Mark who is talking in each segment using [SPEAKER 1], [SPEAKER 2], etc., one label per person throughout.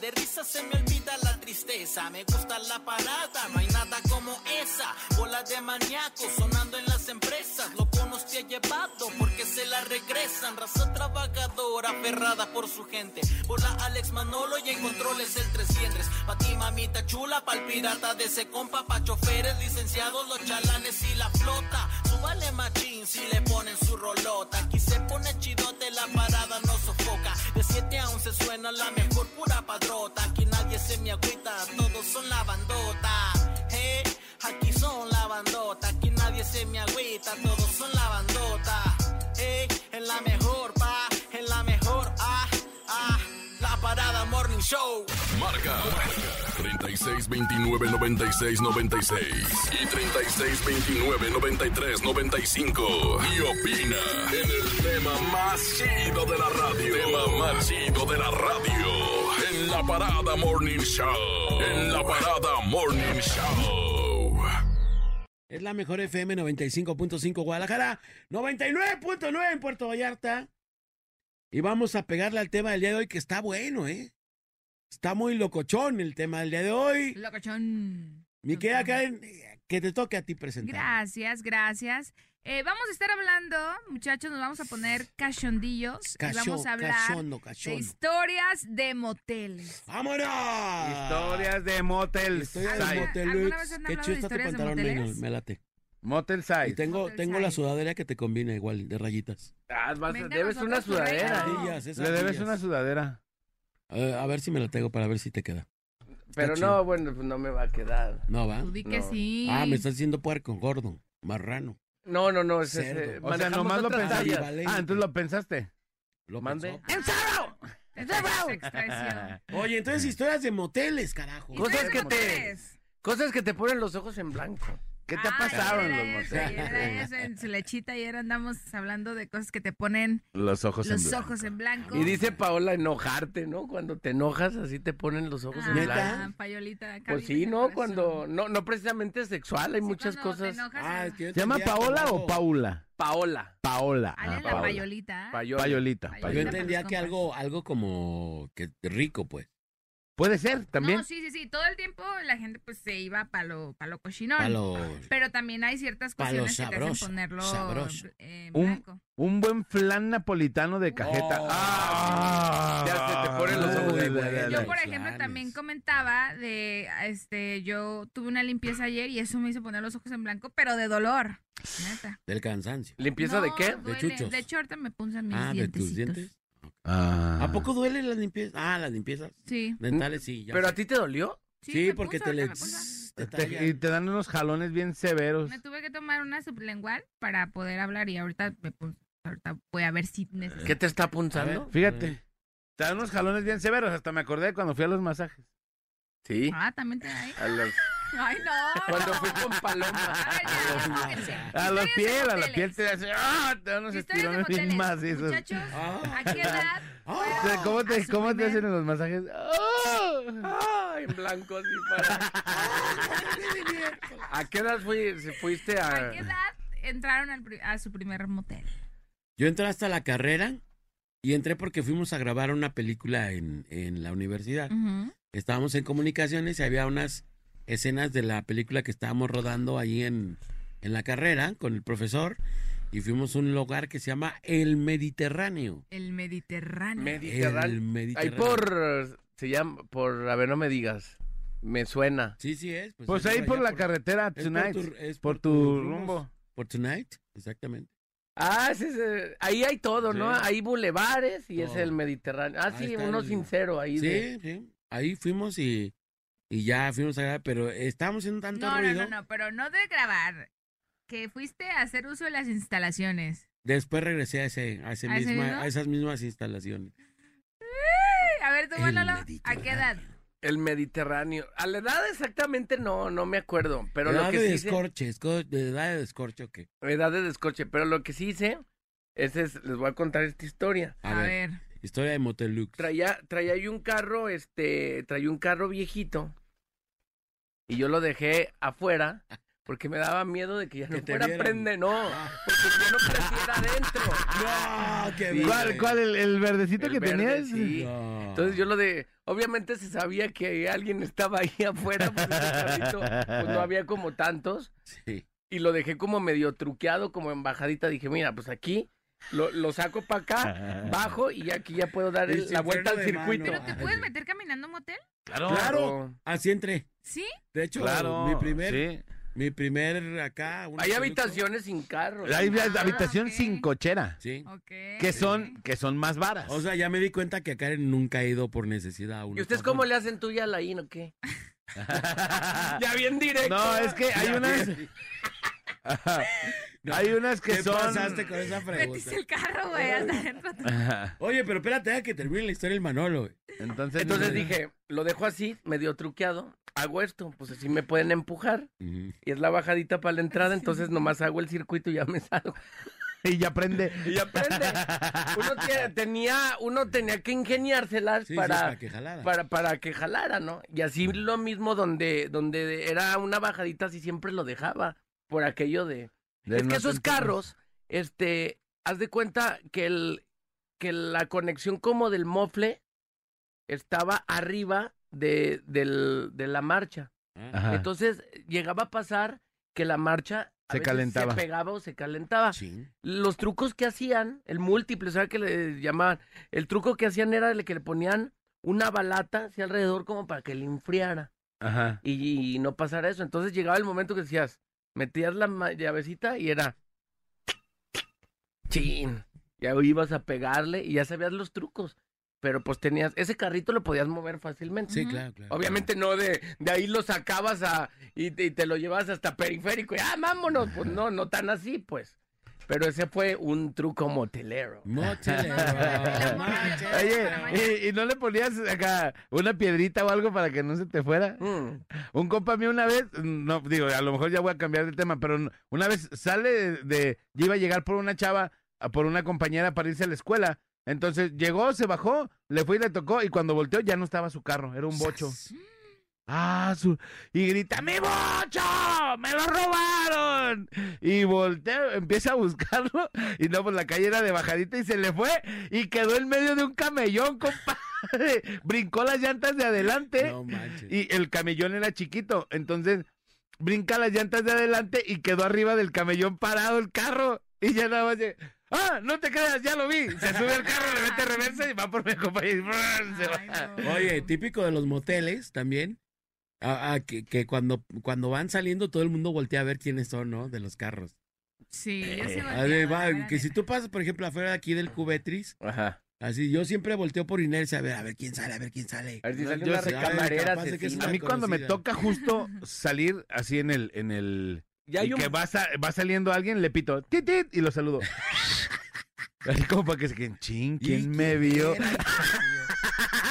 [SPEAKER 1] De risa se me olvida la tristeza. Me gusta la parada, no hay nada como esa. Bola de maníaco sonando en las empresas. Lo nos te ha llevado porque se la regresan. Raza trabajadora, aferrada por su gente. Bola Alex Manolo y en controles el 300. Pa' ti, mamita chula, pa'l pirata de ese compa. Pa' choferes, licenciados, los chalanes y la flota. Súbale machín si le ponen su rolota. Aquí se pone chidote, la parada no sofoca. De 7 a 11 suena la mejor pura padrota. Aquí nadie se me agüita, todos son la bandota. Hey, aquí son la bandota. Aquí nadie se me agüita, todos son la bandota. Hey, en la mejor, pa, en la mejor, ah, ah. La parada Morning Show.
[SPEAKER 2] Marca 3629 96 96 y 3629 93 95. Y opina en el tema más chido de la radio. Tema más chido de la radio. En la parada Morning Show. En la parada Morning Show.
[SPEAKER 3] Es la mejor FM 95.5 Guadalajara, 99.9 en Puerto Vallarta. Y vamos a pegarle al tema del día de hoy que está bueno, ¿eh? Está muy locochón el tema del día de hoy.
[SPEAKER 4] Locochón.
[SPEAKER 3] Mi querida
[SPEAKER 4] Locochón.
[SPEAKER 3] Karen, que te toque a ti presentar.
[SPEAKER 4] Gracias, gracias. Eh, vamos a estar hablando, muchachos, nos vamos a poner cachondillos y
[SPEAKER 3] Cacho,
[SPEAKER 4] vamos a hablar
[SPEAKER 3] cachondo,
[SPEAKER 4] de
[SPEAKER 3] cachondo.
[SPEAKER 4] historias de moteles.
[SPEAKER 3] ¡Vámonos!
[SPEAKER 5] Historias de motel
[SPEAKER 3] Historia de
[SPEAKER 4] ¿Alguna-
[SPEAKER 5] site.
[SPEAKER 3] motel,
[SPEAKER 4] alguna
[SPEAKER 3] Lux.
[SPEAKER 4] vez han
[SPEAKER 3] Qué
[SPEAKER 4] hablado de
[SPEAKER 3] chido está tu
[SPEAKER 4] historias de
[SPEAKER 3] pantalón, me,
[SPEAKER 4] moteles?
[SPEAKER 3] me late.
[SPEAKER 5] Motel
[SPEAKER 3] Y
[SPEAKER 5] site.
[SPEAKER 3] tengo,
[SPEAKER 4] Motel
[SPEAKER 3] tengo la
[SPEAKER 4] size.
[SPEAKER 3] sudadera que te combina igual, de rayitas.
[SPEAKER 5] Ah, vas-
[SPEAKER 4] Venga,
[SPEAKER 5] debes
[SPEAKER 4] nosotros
[SPEAKER 5] una
[SPEAKER 4] tu reina.
[SPEAKER 5] sudadera.
[SPEAKER 4] Sí,
[SPEAKER 3] Ardillas, esas
[SPEAKER 5] Le debes
[SPEAKER 3] ardillas.
[SPEAKER 5] una sudadera.
[SPEAKER 3] Eh, a ver si me la tengo para ver si te queda.
[SPEAKER 5] Pero
[SPEAKER 3] chido.
[SPEAKER 5] no, bueno, pues no me va a quedar.
[SPEAKER 3] No, va.
[SPEAKER 4] Tú di que
[SPEAKER 5] No.
[SPEAKER 4] sí.
[SPEAKER 3] Ah, me estás haciendo puerco, gordo, marrano.
[SPEAKER 5] No, no, no. Es,
[SPEAKER 3] Cerdo.
[SPEAKER 5] ese-
[SPEAKER 3] O sea,
[SPEAKER 5] manejamos nomás lo
[SPEAKER 3] otra
[SPEAKER 5] pensaste.
[SPEAKER 3] talla.
[SPEAKER 5] Ah, entonces lo pensaste.
[SPEAKER 3] Lo
[SPEAKER 5] Mande.
[SPEAKER 3] pensó. Ah.
[SPEAKER 4] ¡En serio! Te te extraición.
[SPEAKER 3] Oye, entonces historias de moteles, carajo.
[SPEAKER 5] Cosas
[SPEAKER 4] Historias de
[SPEAKER 5] que te-
[SPEAKER 4] moteles.
[SPEAKER 5] Cosas que te ponen los ojos en blanco. ¿Qué te ha
[SPEAKER 4] Ay,
[SPEAKER 5] pasado en
[SPEAKER 4] Ah, era
[SPEAKER 5] los
[SPEAKER 4] eso, era
[SPEAKER 5] moteles?
[SPEAKER 4] eso, en su lechita ayer andamos hablando de cosas que te ponen
[SPEAKER 5] Los ojos
[SPEAKER 4] los ojos en blanco.
[SPEAKER 5] Y dice Paola enojarte, ¿no? Cuando te enojas así te ponen los ojos en
[SPEAKER 3] ¿Neta?
[SPEAKER 5] blanco.
[SPEAKER 4] Ah, payolita.
[SPEAKER 5] Pues
[SPEAKER 4] Carlita,
[SPEAKER 5] sí,
[SPEAKER 4] qué
[SPEAKER 5] ¿no?
[SPEAKER 4] corazón.
[SPEAKER 5] Cuando no no precisamente sexual, hay
[SPEAKER 4] Sí,
[SPEAKER 5] muchas
[SPEAKER 4] cuando te
[SPEAKER 5] cosas.
[SPEAKER 4] enojas,
[SPEAKER 3] Ah, es que yo
[SPEAKER 5] ¿Se llama
[SPEAKER 3] entendía que
[SPEAKER 5] Paola
[SPEAKER 3] algo-
[SPEAKER 5] o Paula?
[SPEAKER 6] Paola.
[SPEAKER 5] Paola.
[SPEAKER 4] Ale, Ah, la
[SPEAKER 5] Paola.
[SPEAKER 4] payolita.
[SPEAKER 6] Payola.
[SPEAKER 5] Payolita.
[SPEAKER 4] Yo
[SPEAKER 3] Yo
[SPEAKER 5] Payolita.
[SPEAKER 3] entendía
[SPEAKER 4] Para los
[SPEAKER 3] que
[SPEAKER 4] compas.
[SPEAKER 3] algo, algo como que rico, pues.
[SPEAKER 5] Puede ser también.
[SPEAKER 4] No, sí, sí, sí. Todo el tiempo la gente pues se iba para lo, pa lo cochinón.
[SPEAKER 3] A lo-
[SPEAKER 4] Pero también hay ciertas
[SPEAKER 3] Pa' lo
[SPEAKER 4] cuestiones que te
[SPEAKER 3] sabroso,
[SPEAKER 4] hacen ponerlo
[SPEAKER 3] sabroso.
[SPEAKER 4] eh,
[SPEAKER 5] Un-
[SPEAKER 4] blanco.
[SPEAKER 5] Un buen flan napolitano de cajeta.
[SPEAKER 3] Oh.
[SPEAKER 5] ¡Ah!
[SPEAKER 6] Ya se te ponen los ojos
[SPEAKER 5] Ay,
[SPEAKER 6] de
[SPEAKER 5] la,
[SPEAKER 6] güey.
[SPEAKER 5] la, la.
[SPEAKER 4] Yo, por
[SPEAKER 3] los
[SPEAKER 4] ejemplo,
[SPEAKER 3] labios.
[SPEAKER 4] también comentaba de, este, yo tuve una limpieza ayer y eso me hizo poner los ojos en blanco, pero de dolor. Neta.
[SPEAKER 3] del cansancio.
[SPEAKER 5] ¿Limpieza de
[SPEAKER 4] No,
[SPEAKER 5] qué?
[SPEAKER 4] duele.
[SPEAKER 3] chuchos.
[SPEAKER 4] De hecho, ahorita me punzan mis
[SPEAKER 3] Ah, de
[SPEAKER 4] dientecitos.
[SPEAKER 3] tus dientes.
[SPEAKER 5] Ah.
[SPEAKER 3] ¿A poco duelen las limpiezas? Ah, las limpiezas
[SPEAKER 4] Sí.
[SPEAKER 3] dentales, sí. ya
[SPEAKER 5] ¿Pero a
[SPEAKER 3] sé.
[SPEAKER 5] ti te dolió?
[SPEAKER 4] Sí,
[SPEAKER 3] Sí,
[SPEAKER 4] me
[SPEAKER 3] porque
[SPEAKER 4] puso,
[SPEAKER 3] te
[SPEAKER 4] ahorita
[SPEAKER 3] le...
[SPEAKER 4] me puso.
[SPEAKER 3] te
[SPEAKER 5] Te-
[SPEAKER 3] tallan.
[SPEAKER 5] y te dan unos jalones bien
[SPEAKER 6] Pues
[SPEAKER 5] severos.
[SPEAKER 4] Me tuve que tomar una sublingual para poder hablar y ahorita me pun- Ahorita voy a ver si necesito.
[SPEAKER 5] Eh. ¿Qué te está
[SPEAKER 3] A ver.
[SPEAKER 5] punzando? Fíjate.
[SPEAKER 6] Te dan unos jalones bien severos, hasta me acordé cuando fui a los masajes.
[SPEAKER 5] Sí.
[SPEAKER 4] Ah, también te da ahí.
[SPEAKER 5] A los-
[SPEAKER 4] Ay, no.
[SPEAKER 5] Cuando fui con
[SPEAKER 4] A
[SPEAKER 5] Paloma.
[SPEAKER 4] ver, ya, espérense.
[SPEAKER 6] A la
[SPEAKER 4] Historias de
[SPEAKER 6] piel, a la
[SPEAKER 4] moteles.
[SPEAKER 6] piel te hace, ¡ah! Te dan unos
[SPEAKER 4] Historias de
[SPEAKER 6] estirones bien
[SPEAKER 4] moteles.
[SPEAKER 6] macizos.
[SPEAKER 4] Muchachos,
[SPEAKER 3] Ah.
[SPEAKER 4] ¿a qué edad?
[SPEAKER 3] Ah.
[SPEAKER 6] O sea, ¿Cómo
[SPEAKER 4] a
[SPEAKER 6] te,
[SPEAKER 4] su
[SPEAKER 6] cómo te
[SPEAKER 4] primer-
[SPEAKER 6] hacen en los masajes? ¡Ah!
[SPEAKER 5] Ah, en blanco así para. ¿A qué edad fui- si fuiste
[SPEAKER 4] ¿A qué
[SPEAKER 5] a.?
[SPEAKER 4] edad entraron al pri- a su primer motel?
[SPEAKER 3] Yo entré hasta la carrera y entré porque fuimos a grabar una película en, en la universidad.
[SPEAKER 4] Ujú.
[SPEAKER 3] Estábamos en comunicaciones y había unas escenas de la película que estábamos rodando ahí en, en la carrera con el profesor y fuimos a un lugar que se llama El Mediterráneo.
[SPEAKER 4] El Mediterráneo.
[SPEAKER 3] El
[SPEAKER 5] Mediterráneo. Ahí
[SPEAKER 3] Mediterráneo.
[SPEAKER 5] por. Se llama. Por. A ver, no me digas. Me suena.
[SPEAKER 3] Sí, sí es.
[SPEAKER 6] Pues
[SPEAKER 3] es
[SPEAKER 6] ahí por
[SPEAKER 3] allá
[SPEAKER 6] la carretera
[SPEAKER 3] es por
[SPEAKER 6] Tonight,
[SPEAKER 3] tu- es
[SPEAKER 6] por
[SPEAKER 3] tus
[SPEAKER 6] tu
[SPEAKER 3] rumbos.
[SPEAKER 6] rumbo.
[SPEAKER 3] Por Tonight, exactamente.
[SPEAKER 5] Ah, sí, sí, ahí hay todo, ¿no?
[SPEAKER 3] Sí.
[SPEAKER 5] Hay bulevares y es
[SPEAKER 3] Todo.
[SPEAKER 5] el Mediterráneo. Ah,
[SPEAKER 3] Ahí
[SPEAKER 5] sí,
[SPEAKER 3] está
[SPEAKER 5] uno
[SPEAKER 3] el-
[SPEAKER 5] sincero ahí.
[SPEAKER 3] Sí,
[SPEAKER 5] de-
[SPEAKER 3] sí. Ahí fuimos y, y ya fuimos a grabar, pero estábamos haciendo tanto
[SPEAKER 4] No, no,
[SPEAKER 3] ruido.
[SPEAKER 4] no, no, pero no de grabar. Que fuiste a hacer uso de las instalaciones.
[SPEAKER 3] Después regresé a, ese, a, ese
[SPEAKER 4] ¿A ese
[SPEAKER 3] misma-
[SPEAKER 4] mismo?
[SPEAKER 3] a esas mismas instalaciones.
[SPEAKER 4] Ay, A ver, tú,
[SPEAKER 3] El
[SPEAKER 4] Manolo, ¿a
[SPEAKER 3] Mediterráneo.
[SPEAKER 4] qué edad?
[SPEAKER 5] El Mediterráneo. A la edad exactamente no, no me acuerdo. Pero
[SPEAKER 3] edad
[SPEAKER 5] lo que
[SPEAKER 3] de
[SPEAKER 5] sí. sé-
[SPEAKER 3] descorche, esco- de edad de descorche, ¿o qué?
[SPEAKER 5] Edad de descoche, pero lo que sí hice, ese es, les voy a contar esta historia.
[SPEAKER 3] A, ver, historia de Motel Lux.
[SPEAKER 5] Traía, traía yo un carro, este, traía un carro viejito y yo lo dejé afuera porque me daba miedo de que ya no
[SPEAKER 3] Que te
[SPEAKER 5] fuera
[SPEAKER 3] vieran. Ah.
[SPEAKER 5] prende, no, porque yo no prendiera adentro.
[SPEAKER 3] ¡No! ¡Qué
[SPEAKER 5] Sí.
[SPEAKER 3] bello!
[SPEAKER 6] ¿Cuál, cuál? ¿El, el verdecito
[SPEAKER 5] El
[SPEAKER 6] que
[SPEAKER 5] verde,
[SPEAKER 6] tenías?
[SPEAKER 5] sí.
[SPEAKER 3] No.
[SPEAKER 5] Entonces yo lo de, obviamente se sabía que alguien estaba ahí afuera, pues, ese carrito, pues no había como tantos,
[SPEAKER 3] Sí.
[SPEAKER 5] y lo dejé como medio truqueado, como en bajadita, dije, mira, pues aquí lo, lo saco para acá, bajo, y aquí ya puedo dar
[SPEAKER 3] El
[SPEAKER 5] el- la vuelta al
[SPEAKER 3] freno de mano.
[SPEAKER 5] circuito.
[SPEAKER 4] ¿Pero te puedes meter caminando a un motel?
[SPEAKER 6] Claro,
[SPEAKER 3] Claro, así entré.
[SPEAKER 4] ¿Sí?
[SPEAKER 3] De hecho,
[SPEAKER 6] claro.
[SPEAKER 3] mi primer,
[SPEAKER 6] sí.
[SPEAKER 3] mi primer acá. un
[SPEAKER 5] Hay
[SPEAKER 3] absoluto-
[SPEAKER 5] habitaciones sin carro.
[SPEAKER 6] Hay
[SPEAKER 5] sin nada.
[SPEAKER 6] habitación
[SPEAKER 4] Ah, ok.
[SPEAKER 6] sin cochera,
[SPEAKER 3] Sí.
[SPEAKER 4] Ok.
[SPEAKER 6] que son, que son más varas.
[SPEAKER 3] O sea, ya me di cuenta que acá nunca he ido por necesidad. a un
[SPEAKER 5] ¿Y ustedes
[SPEAKER 3] cajón.
[SPEAKER 5] cómo le hacen tuya a la IN o qué? ya bien directo.
[SPEAKER 6] Ah. no, es que hay unas.
[SPEAKER 3] No.
[SPEAKER 6] hay unas que
[SPEAKER 3] ¿Qué
[SPEAKER 6] son.
[SPEAKER 3] pasaste con esa pregunta?
[SPEAKER 4] Metiste el carro, güey, hasta adentro.
[SPEAKER 3] Oye, pero espérate, deja que termine la historia del Manolo. güey.
[SPEAKER 6] Entonces,
[SPEAKER 5] Entonces dije, lo dejo así, medio truqueado, hago esto, pues así me pueden empujar. Y es la bajadita para la entrada, entonces nomás hago el circuito y ya me salgo.
[SPEAKER 6] Y ya prende.
[SPEAKER 5] Y aprende. Uno tie- tenía, uno tenía que ingeniárselas
[SPEAKER 3] Sí, sí,
[SPEAKER 5] para,
[SPEAKER 3] para que jalara.
[SPEAKER 5] para, para que jalara, ¿no? Y así lo mismo donde, donde era una bajadita, así siempre lo dejaba. Por aquello de.
[SPEAKER 6] De
[SPEAKER 5] es que
[SPEAKER 6] no
[SPEAKER 5] esos
[SPEAKER 6] tanto-
[SPEAKER 5] carros, este, haz de cuenta que el, que la conexión como del mofle estaba arriba de, del- de la marcha.
[SPEAKER 3] Ah,
[SPEAKER 6] Ajá.
[SPEAKER 5] Entonces eh, llegaba a pasar que la marcha a
[SPEAKER 6] Se
[SPEAKER 5] veces
[SPEAKER 6] calentaba.
[SPEAKER 5] se pegaba o se calentaba.
[SPEAKER 3] chin.
[SPEAKER 5] Los trucos que hacían, el múltiple, o sea, que le llamaban, el truco que hacían era el que le ponían una balata hacia alrededor como para que le enfriara
[SPEAKER 6] Ajá.
[SPEAKER 5] y, y no pasara eso. Entonces llegaba el momento que decías, metías la ma- llavecita y era chin. Ya ibas a pegarle y ya sabías los trucos. Pero pues tenías, ese carrito lo podías mover fácilmente.
[SPEAKER 3] Sí,
[SPEAKER 4] Ujú.
[SPEAKER 3] claro, claro.
[SPEAKER 5] Obviamente no de, de ahí lo sacabas a, y, te- y te lo llevabas hasta periférico y ah, vámonos. Pues no, no tan así, pues. Pero ese fue un truco motelero.
[SPEAKER 3] Motelero, macho.
[SPEAKER 6] Oye, ¿y, y no le ponías acá una piedrita o algo para que no se te fuera?
[SPEAKER 5] Mm.
[SPEAKER 6] Un compa mío una vez, no, digo, a lo mejor ya voy a cambiar de tema, pero no- una vez sale de, de- ya iba a llegar por una chava, a por una compañera para irse a la escuela. Entonces llegó, se bajó, le fue y le tocó, y cuando volteó ya no estaba su carro, era un bocho. Ah, su... Y grita, ¡mi bocho! ¡Me lo robaron! Y voltea, empieza a buscarlo, y no, pues la calle era de bajadita y se le fue, y quedó en medio de un camellón, compadre. Brincó las llantas de adelante.
[SPEAKER 3] No manches.
[SPEAKER 6] Y el camellón era chiquito, entonces brinca las llantas de adelante y quedó arriba del camellón parado el carro. Y ya nada más llega, ¡Ah! ¡No te creas! ¡Ya lo vi! Se sube al carro, le mete reversa y va por mi compañero. y ¡brr! se
[SPEAKER 4] Ay,
[SPEAKER 6] va.
[SPEAKER 4] no.
[SPEAKER 3] Oye, típico de los moteles también. Ah, ah, que que cuando, cuando van saliendo todo el mundo voltea a ver quiénes son, ¿no? De los carros.
[SPEAKER 4] Sí, yo sí
[SPEAKER 3] Eh, A ver,
[SPEAKER 4] volteaba,
[SPEAKER 3] va,
[SPEAKER 4] la
[SPEAKER 3] que
[SPEAKER 4] neta.
[SPEAKER 3] si tú pasas, por ejemplo, afuera de aquí del Cubetris,
[SPEAKER 5] Ajá.
[SPEAKER 3] así yo siempre volteo por inercia a ver, a ver quién sale, a ver quién sale.
[SPEAKER 5] A ver si
[SPEAKER 6] No,
[SPEAKER 5] sale
[SPEAKER 6] yo
[SPEAKER 5] una
[SPEAKER 6] sé,
[SPEAKER 5] recamarera
[SPEAKER 3] capaz de que es
[SPEAKER 5] asesina.
[SPEAKER 6] A mí cuando me
[SPEAKER 3] conocida.
[SPEAKER 6] toca justo salir así en el... En el
[SPEAKER 5] Ya
[SPEAKER 6] y
[SPEAKER 5] hay un-
[SPEAKER 6] que va, sa- va saliendo alguien, le pito, ¡tit, tit", Y lo saludo. Así como para que se queden, ching,
[SPEAKER 3] ¿Y
[SPEAKER 6] ¿quién me
[SPEAKER 3] quién
[SPEAKER 6] vio?
[SPEAKER 3] era?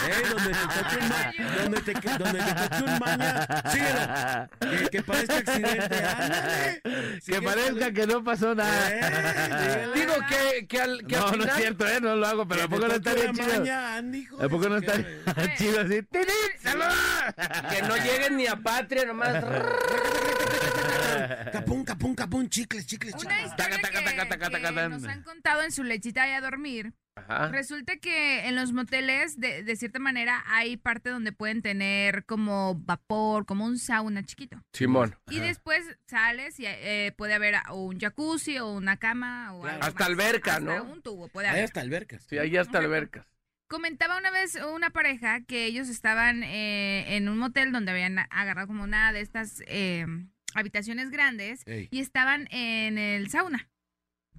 [SPEAKER 3] Eh, donde te toque un ma- donde te, donde te toque un maña, síguelo. Que, que parezca accidente, ándale.
[SPEAKER 6] que
[SPEAKER 3] Síguele,
[SPEAKER 6] parezca
[SPEAKER 3] ándale.
[SPEAKER 6] que no pasó
[SPEAKER 3] Eh,
[SPEAKER 6] nada.
[SPEAKER 3] síguele.
[SPEAKER 5] Digo que, que al, que al
[SPEAKER 6] No, no es
[SPEAKER 5] final-
[SPEAKER 6] cierto, eh, no lo hago, pero
[SPEAKER 3] Que
[SPEAKER 6] ¿a
[SPEAKER 3] te
[SPEAKER 6] poco no
[SPEAKER 3] toque
[SPEAKER 6] estaría
[SPEAKER 3] una
[SPEAKER 6] chido?
[SPEAKER 3] maña, Andy, hijo
[SPEAKER 6] ¿A poco no
[SPEAKER 3] de su-
[SPEAKER 6] estaría chido así? ¡Tit, tit! ¡Saluda!
[SPEAKER 5] Que no lleguen ni a patria, nomás.
[SPEAKER 3] Capun, capun, capun, chicles, chicles,
[SPEAKER 4] Una
[SPEAKER 3] chicles.
[SPEAKER 4] historia
[SPEAKER 6] Taca, taca, taca,
[SPEAKER 4] que,
[SPEAKER 6] taca,
[SPEAKER 4] que
[SPEAKER 6] taca,
[SPEAKER 4] nos
[SPEAKER 6] tan.
[SPEAKER 4] han contado en su lechita y a dormir.
[SPEAKER 3] Ah.
[SPEAKER 4] Resulta que en los moteles, de, de cierta manera, hay parte donde pueden tener como vapor, como un sauna chiquito.
[SPEAKER 5] Simón.
[SPEAKER 4] Y después sales y eh, puede haber a- o un jacuzzi o una cama o
[SPEAKER 3] Claro.
[SPEAKER 4] algo
[SPEAKER 5] Hasta
[SPEAKER 4] más.
[SPEAKER 5] alberca,
[SPEAKER 4] Hasta
[SPEAKER 5] ¿no?
[SPEAKER 4] un tubo, puede
[SPEAKER 3] Hay
[SPEAKER 4] haber.
[SPEAKER 3] hasta albercas.
[SPEAKER 5] Sí, ahí hasta albercas.
[SPEAKER 4] Comentaba una vez una pareja que ellos estaban eh, en un motel donde habían agarrado como una de estas eh, habitaciones grandes
[SPEAKER 3] Ey.
[SPEAKER 4] y estaban en el sauna.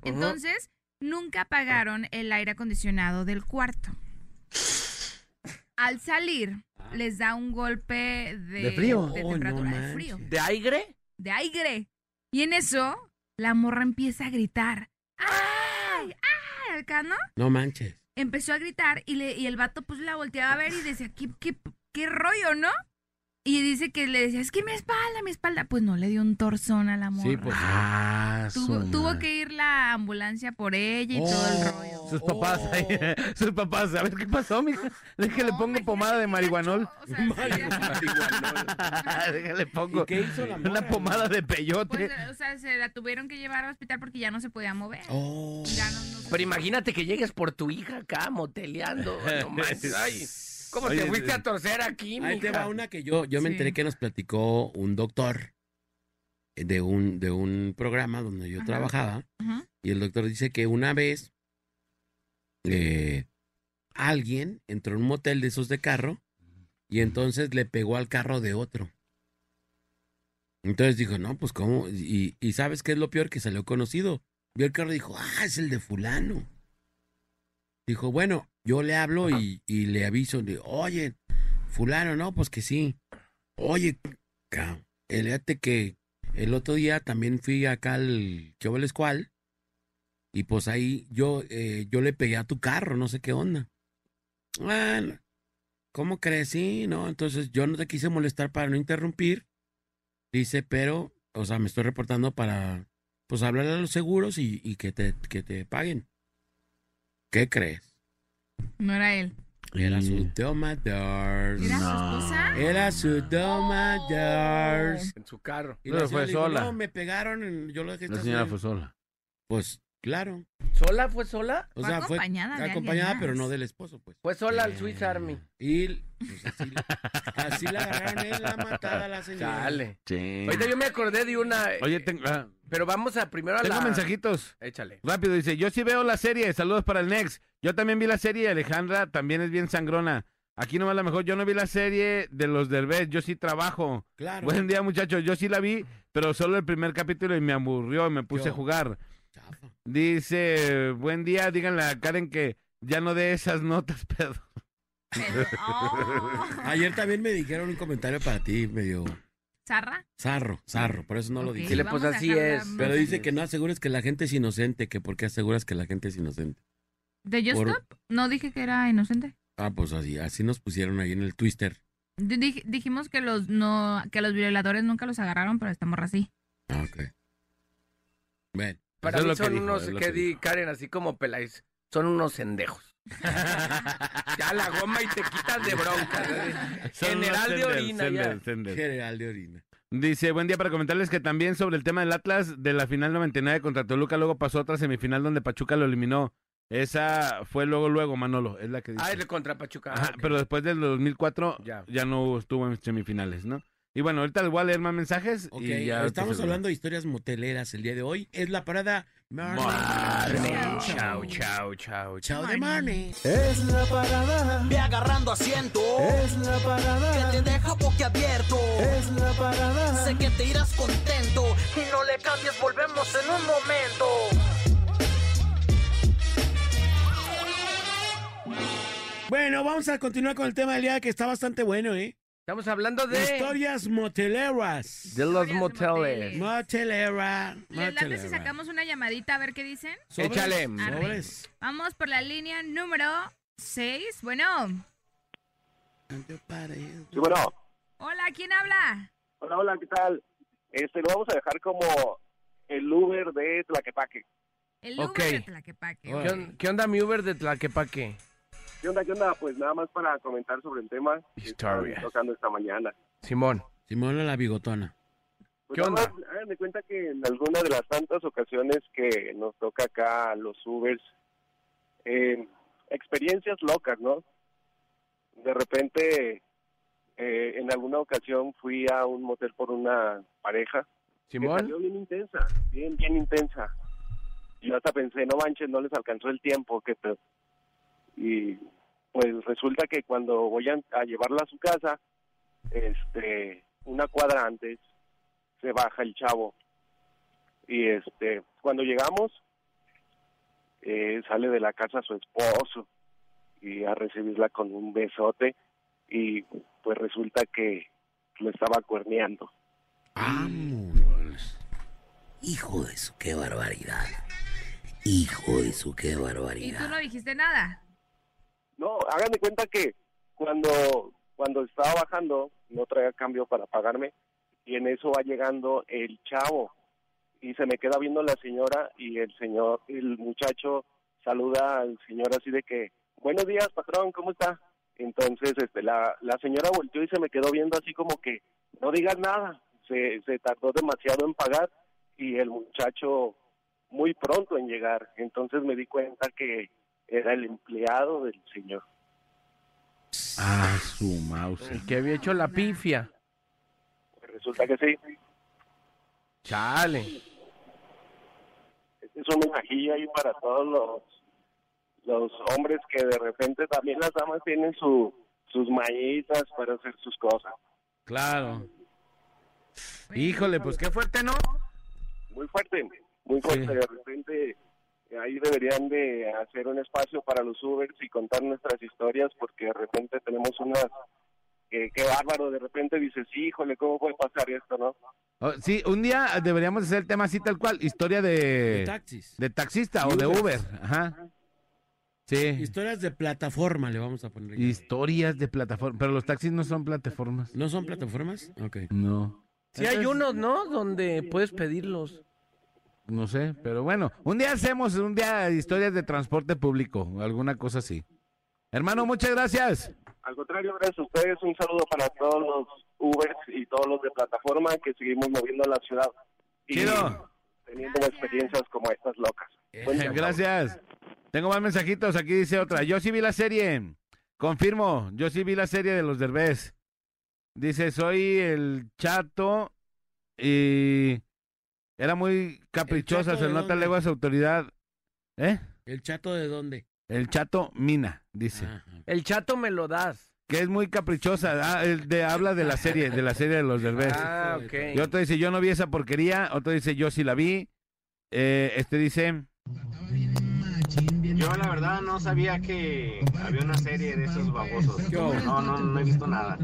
[SPEAKER 5] Ujú.
[SPEAKER 4] Entonces, nunca apagaron el aire acondicionado del cuarto. Al salir, les da un golpe de,
[SPEAKER 6] ¿De frío?
[SPEAKER 4] de
[SPEAKER 3] Oh, no
[SPEAKER 4] temperatura, de
[SPEAKER 3] manches.
[SPEAKER 4] frío,
[SPEAKER 5] ¿De aire?
[SPEAKER 4] de aire. Y en eso, la morra empieza a gritar. ¡Ay! ¡Ay! Acá, ¿no?
[SPEAKER 3] No manches.
[SPEAKER 4] empezó a gritar y, le, y el vato pues la volteaba a ver y decía, ¿qué, qué, qué rollo, no? Y dice que le decía, es que mi espalda, mi espalda. Pues no le dio un torzón a la morra.
[SPEAKER 3] Sí, pues.
[SPEAKER 6] Ah,
[SPEAKER 4] tuvo,
[SPEAKER 6] su
[SPEAKER 4] tuvo
[SPEAKER 6] madre.
[SPEAKER 4] que ir la ambulancia por ella y todo el rollo.
[SPEAKER 6] Sus papás ahí,
[SPEAKER 3] Oh.
[SPEAKER 6] sus papás, a ver qué pasó, mijo. Deja que le
[SPEAKER 4] No,
[SPEAKER 6] pongo
[SPEAKER 4] imagínate
[SPEAKER 6] pomada de
[SPEAKER 4] qué
[SPEAKER 6] marihuanol.
[SPEAKER 4] gacho, o sea, sí, ya-
[SPEAKER 6] Déjale pongo
[SPEAKER 3] ¿Y qué hizo la
[SPEAKER 6] una
[SPEAKER 3] morra?
[SPEAKER 6] pomada de peyote.
[SPEAKER 4] pues, o sea, se la tuvieron que llevar al hospital porque ya no se podía mover.
[SPEAKER 3] Oh.
[SPEAKER 4] Ya no- no se-
[SPEAKER 5] Pero imagínate que llegues por tu hija acá moteleando. No manches. Ay, ¿Cómo
[SPEAKER 6] Oye,
[SPEAKER 5] te fuiste
[SPEAKER 6] eh,
[SPEAKER 5] a torcer aquí,
[SPEAKER 3] Ahí te
[SPEAKER 5] mija?
[SPEAKER 3] va una que yo, yo me
[SPEAKER 4] Sí.
[SPEAKER 3] enteré que nos platicó un doctor eh, de un, de un programa donde yo
[SPEAKER 4] Ajá.
[SPEAKER 3] trabajaba.
[SPEAKER 4] Ajá.
[SPEAKER 3] Y el doctor dice que una vez eh, alguien entró en un motel de esos de carro y entonces le pegó al carro de otro. Entonces dijo, no, pues cómo. Y, y ¿sabes qué es lo peor? Que salió conocido. Vio el carro y dijo, ah, es el de fulano. Dijo, bueno, yo le hablo y, y le aviso. Le, Oye, fulano, no, pues que sí. Oye, cabrón, el- fíjate que el otro día también fui acá al Chobeles Cual. Y pues ahí yo, eh, yo le pegué a tu carro, no sé qué onda. Bueno, ¿cómo crees? Sí, no, entonces yo no te quise molestar para no interrumpir. Dice, pero, o sea, me estoy reportando para, pues, hablar a los seguros y, y que, te, que te paguen. ¿Qué crees?
[SPEAKER 4] No era él.
[SPEAKER 3] Era su
[SPEAKER 4] ¿Era
[SPEAKER 3] tomador.
[SPEAKER 4] su esposa? Oh.
[SPEAKER 3] Era su tomador.
[SPEAKER 5] En su carro.
[SPEAKER 3] Y
[SPEAKER 6] Pero
[SPEAKER 3] señora
[SPEAKER 6] fue
[SPEAKER 3] le dijo,
[SPEAKER 6] sola.
[SPEAKER 3] No, me pegaron, yo lo dejé
[SPEAKER 6] La
[SPEAKER 3] estar
[SPEAKER 6] señora
[SPEAKER 3] sola".
[SPEAKER 6] fue sola.
[SPEAKER 3] Pues, claro.
[SPEAKER 5] ¿Sola? ¿Fue sola?
[SPEAKER 3] O
[SPEAKER 4] Fue
[SPEAKER 3] sea, fue
[SPEAKER 4] acompañada de alguien
[SPEAKER 3] acompañada,
[SPEAKER 4] más.
[SPEAKER 3] pero no del esposo, pues.
[SPEAKER 5] Fue sola al Swiss Army.
[SPEAKER 3] Y pues, así, así la agarraron él, la matada a la señora.
[SPEAKER 5] Dale.
[SPEAKER 6] Sí.
[SPEAKER 5] Ahorita yo me acordé de una. eh,
[SPEAKER 6] Oye, tengo, ah,
[SPEAKER 5] Pero vamos a primero a
[SPEAKER 6] tengo
[SPEAKER 5] la.
[SPEAKER 6] mensajitos.
[SPEAKER 5] Échale.
[SPEAKER 6] Rápido, dice, yo sí veo la serie, saludos para el Next. Yo también vi la serie, Alejandra también es bien sangrona. Aquí nomás la mejor, yo no vi la serie de los Derbez, yo sí trabajo.
[SPEAKER 3] Claro.
[SPEAKER 6] Buen día muchachos, yo sí la vi, pero solo el primer capítulo y me aburrió y me puse a
[SPEAKER 3] Yo.
[SPEAKER 6] jugar.
[SPEAKER 3] Chafa.
[SPEAKER 6] Dice, buen día, díganle a Karen que ya no de esas notas, pedo.
[SPEAKER 4] Pero- oh.
[SPEAKER 3] Ayer también me dijeron un comentario para ti, medio
[SPEAKER 4] ¿Zarra?
[SPEAKER 3] zarro, zarro, por eso no lo
[SPEAKER 4] Ok,
[SPEAKER 3] dije.
[SPEAKER 5] Sí, le-
[SPEAKER 4] vamos
[SPEAKER 5] pues,
[SPEAKER 4] a
[SPEAKER 5] así
[SPEAKER 4] dejarla
[SPEAKER 5] es.
[SPEAKER 4] más-
[SPEAKER 3] Pero dice que no asegures que la gente es inocente, que porque aseguras que la gente es inocente.
[SPEAKER 4] ¿De Just
[SPEAKER 3] por-
[SPEAKER 4] Stop? No dije que era inocente.
[SPEAKER 3] Ah, pues así, así nos pusieron ahí en el twister.
[SPEAKER 4] Di- dij- dijimos que los no que los violadores nunca los agarraron, pero esta morra sí.
[SPEAKER 3] Ah, ok. Bueno.
[SPEAKER 5] Para
[SPEAKER 6] Eso es
[SPEAKER 5] mí
[SPEAKER 6] lo que
[SPEAKER 5] son
[SPEAKER 6] dijo,
[SPEAKER 5] unos
[SPEAKER 6] es lo
[SPEAKER 5] que
[SPEAKER 6] que
[SPEAKER 5] di
[SPEAKER 6] dijo.
[SPEAKER 5] Karen así como peláis. Son unos sendejos. ya la goma y te quitas de bronca.
[SPEAKER 6] Son
[SPEAKER 5] General
[SPEAKER 6] unos
[SPEAKER 5] de
[SPEAKER 6] senders,
[SPEAKER 5] orina,
[SPEAKER 6] senders,
[SPEAKER 5] ya.
[SPEAKER 6] senders.
[SPEAKER 3] General de orina.
[SPEAKER 6] Dice, buen día para comentarles que también sobre el tema del Atlas de la final 99 contra Toluca, luego pasó otra semifinal donde Pachuca lo eliminó. Esa fue luego, luego, Manolo, es la que dice.
[SPEAKER 5] Ah, es de contra Pachuca.
[SPEAKER 6] Ajá,
[SPEAKER 5] ok.
[SPEAKER 6] Pero después del 2004
[SPEAKER 5] Ya.
[SPEAKER 6] ya, no hubo- estuvo en semifinales, ¿no? Y bueno, ahorita les voy a leer más mensajes.
[SPEAKER 3] Ok,
[SPEAKER 6] y
[SPEAKER 3] estamos
[SPEAKER 6] ya entonces-
[SPEAKER 3] hablando de historias moteleras el día de hoy. Es la parada Morning
[SPEAKER 5] Marne.
[SPEAKER 3] Show.
[SPEAKER 5] Chao, chao, chao.
[SPEAKER 3] Chao de Morning.
[SPEAKER 7] Es la parada,
[SPEAKER 1] Ve agarrando asiento.
[SPEAKER 7] es la
[SPEAKER 1] Que te
[SPEAKER 7] parada,
[SPEAKER 1] deja boquiabierto.
[SPEAKER 7] es la parada.
[SPEAKER 1] Sé que te irás contento. Y no le cambies, volvemos en un momento.
[SPEAKER 3] Bueno, vamos a continuar con el tema del día que está bastante bueno, ¿eh?
[SPEAKER 5] Estamos hablando de.
[SPEAKER 3] Historias moteleras.
[SPEAKER 5] De
[SPEAKER 4] Historias
[SPEAKER 5] los
[SPEAKER 4] de moteles.
[SPEAKER 5] moteles.
[SPEAKER 3] Motelera.
[SPEAKER 4] ¿Les late si
[SPEAKER 3] motelera.
[SPEAKER 4] sacamos una llamadita a ver qué dicen?
[SPEAKER 3] Sobres,
[SPEAKER 5] Échale.
[SPEAKER 4] Arre.
[SPEAKER 3] Sobres.
[SPEAKER 4] Vamos por la línea número 6. Bueno,
[SPEAKER 8] Sí, bueno.
[SPEAKER 4] hola, ¿quién habla?
[SPEAKER 8] Hola, hola, ¿qué tal? Este, lo vamos a dejar como el Uber de Tlaquepaque.
[SPEAKER 4] El
[SPEAKER 5] Ok.
[SPEAKER 4] Uber de Tlaquepaque.
[SPEAKER 5] ¿Qué, on- qué onda mi Uber de Tlaquepaque?
[SPEAKER 8] ¿Qué onda, qué onda? Pues nada más para comentar sobre el tema que están
[SPEAKER 5] Historias.
[SPEAKER 8] tocando esta mañana.
[SPEAKER 5] Simón.
[SPEAKER 3] Simona la bigotona.
[SPEAKER 8] Pues
[SPEAKER 5] ¿Qué
[SPEAKER 8] nada
[SPEAKER 5] onda?
[SPEAKER 8] más, hagan de cuenta que en alguna de las tantas ocasiones que nos toca acá a los Ubers, eh, experiencias locas, ¿no? De repente, eh, en alguna ocasión fui a un motel por una pareja que
[SPEAKER 5] Simón.
[SPEAKER 8] salió bien intensa, bien, bien intensa. Yo hasta pensé, no manches, no les alcanzó el tiempo. que te- Y pues resulta que cuando voy a, a llevarla a su casa, este, una cuadra antes, se baja el chavo. Y este, cuando llegamos, eh, sale de la casa su esposo y a recibirla con un besote. Y pues resulta que lo estaba cuerneando.
[SPEAKER 3] Vámonos.
[SPEAKER 9] Hijo de su, qué barbaridad. Hijo de su, qué
[SPEAKER 4] Y tú
[SPEAKER 9] barbaridad.
[SPEAKER 4] no dijiste nada.
[SPEAKER 8] No, hagan de cuenta que cuando, cuando estaba bajando, no traía cambio para pagarme, y en eso va llegando el chavo, y se me queda viendo la señora, y el señor, el muchacho saluda al señor así de que, buenos días, patrón, ¿cómo está? Entonces, este, la, la señora volteó y se me quedó viendo así como que, no digas nada, se, se tardó demasiado en pagar, y el muchacho muy pronto en llegar, entonces me di cuenta que era el empleado del señor.
[SPEAKER 6] Ah, su mouse.
[SPEAKER 5] Que había hecho la pifia.
[SPEAKER 8] Resulta que sí.
[SPEAKER 5] Chale.
[SPEAKER 8] Este es un mensajillo ahí para todos los los hombres que de repente también las damas tienen su sus mañitas para hacer sus cosas.
[SPEAKER 6] Claro. Híjole, pues qué fuerte, ¿no?
[SPEAKER 8] Muy fuerte, muy fuerte. De repente eh, ahí deberían de hacer un espacio para los Ubers y contar nuestras historias porque de repente tenemos unas... que qué bárbaro, de repente dices, híjole, ¿cómo puede pasar esto, no?
[SPEAKER 6] Oh, sí, un día deberíamos hacer el tema así tal cual, historia
[SPEAKER 3] De
[SPEAKER 6] de,
[SPEAKER 3] taxis.
[SPEAKER 6] de taxista o de Uber. Ajá. Sí,
[SPEAKER 3] Historias de plataforma le vamos a poner. aquí.
[SPEAKER 6] historias de plataforma, pero los taxis no son plataformas.
[SPEAKER 3] ¿No son plataformas? Ok.
[SPEAKER 6] No,
[SPEAKER 5] Sí hay unos, ¿no? Donde puedes pedirlos.
[SPEAKER 6] no sé, pero bueno, un día hacemos un día historias de transporte público, alguna cosa así. Hermano, muchas gracias.
[SPEAKER 8] Al contrario, gracias a ustedes, un saludo para todos los Ubers y todos los de plataforma que seguimos moviendo la ciudad. Y
[SPEAKER 6] Chido.
[SPEAKER 8] Teniendo experiencias como estas locas. Buen día.
[SPEAKER 6] Gracias. Tengo más mensajitos. Aquí dice otra. Yo sí vi la serie. Confirmo. Yo sí vi la serie de los Derbez. Dice, soy el chato y era muy caprichosa.
[SPEAKER 3] chato
[SPEAKER 6] Se
[SPEAKER 3] de
[SPEAKER 6] nota
[SPEAKER 3] dónde?
[SPEAKER 6] luego su autoridad. ¿Eh?
[SPEAKER 3] ¿El chato de dónde?
[SPEAKER 6] El chato Mina, dice.
[SPEAKER 3] Ajá.
[SPEAKER 5] Ah, El chato me lo das.
[SPEAKER 6] Que es muy caprichosa. Ah, el de, habla de la serie, de la serie de los Derbez.
[SPEAKER 5] Ah,
[SPEAKER 6] Y
[SPEAKER 5] ok.
[SPEAKER 6] otro dice, yo no vi esa porquería. Otro dice, yo sí la vi. Eh, este dice...
[SPEAKER 10] Yo la verdad no sabía que había una serie de esos babosos. No, no, no he visto nada.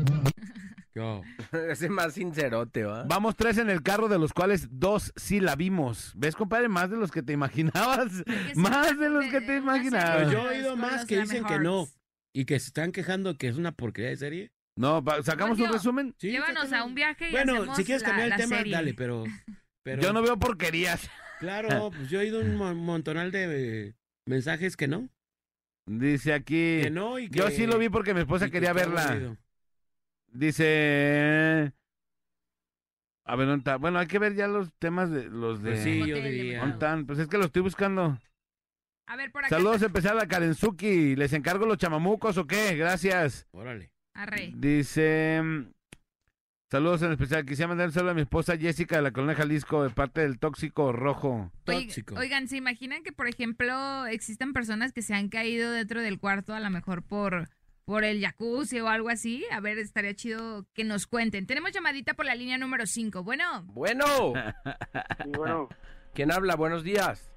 [SPEAKER 3] Yo.
[SPEAKER 5] Ese más sincerote, ¿va?
[SPEAKER 6] Vamos tres en el carro, de los cuales dos sí la vimos. ¿Ves, compadre? Más de los que te imaginabas.
[SPEAKER 4] Porque sí,
[SPEAKER 6] Más de
[SPEAKER 4] de-
[SPEAKER 6] los que
[SPEAKER 4] de
[SPEAKER 6] te
[SPEAKER 4] una
[SPEAKER 6] imaginabas.
[SPEAKER 4] serie.
[SPEAKER 3] Pues Yo he oído
[SPEAKER 4] Con
[SPEAKER 3] más
[SPEAKER 4] los
[SPEAKER 3] que dicen que no.
[SPEAKER 4] Lionhearts.
[SPEAKER 3] Y que se están quejando que es una porquería de serie.
[SPEAKER 6] No, pa- ¿sacamos un
[SPEAKER 4] Sergio.
[SPEAKER 6] resumen?
[SPEAKER 3] Sí,
[SPEAKER 4] Llévanos
[SPEAKER 3] sácala.
[SPEAKER 4] a un viaje y
[SPEAKER 3] Bueno,
[SPEAKER 4] hacemos
[SPEAKER 3] si quieres
[SPEAKER 4] la-
[SPEAKER 3] cambiar
[SPEAKER 4] la
[SPEAKER 3] el tema,
[SPEAKER 4] serie.
[SPEAKER 3] dale, pero, pero...
[SPEAKER 6] Yo no veo porquerías.
[SPEAKER 3] Claro, pues yo he oído un mo- montonal de eh, mensajes que no.
[SPEAKER 6] Dice aquí.
[SPEAKER 3] Que no y que...
[SPEAKER 6] Yo sí lo vi porque mi
[SPEAKER 3] y
[SPEAKER 6] esposa
[SPEAKER 3] que
[SPEAKER 6] quería
[SPEAKER 3] está
[SPEAKER 6] verla.
[SPEAKER 3] aburrido.
[SPEAKER 6] Dice. A ver, ¿dónde está? Bueno, hay que ver ya los temas de los de.
[SPEAKER 3] Pues sí, yo
[SPEAKER 4] Hotel de
[SPEAKER 3] diría.
[SPEAKER 6] ¿Dónde están? Pues es que lo estoy buscando.
[SPEAKER 4] A ver, por acá.
[SPEAKER 6] Saludos, empezar a Karenzuki. ¿Les encargo los chamamucos o qué? Gracias.
[SPEAKER 3] Órale.
[SPEAKER 4] Arre.
[SPEAKER 6] Dice. mm, Saludos en especial. Quisiera mandar un saludo a mi esposa Jessica de la Colonia Jalisco, de parte del Tóxico Rojo.
[SPEAKER 4] Oig-
[SPEAKER 3] Tóxico.
[SPEAKER 4] Oigan, ¿se imaginan que, por ejemplo, existan personas que se han caído dentro del cuarto a lo mejor por, por el jacuzzi o algo así? A ver, estaría chido que nos cuenten. Tenemos llamadita por la línea número 5. Bueno,
[SPEAKER 5] Bueno,
[SPEAKER 10] Y bueno,
[SPEAKER 5] ¿quién habla? Buenos días.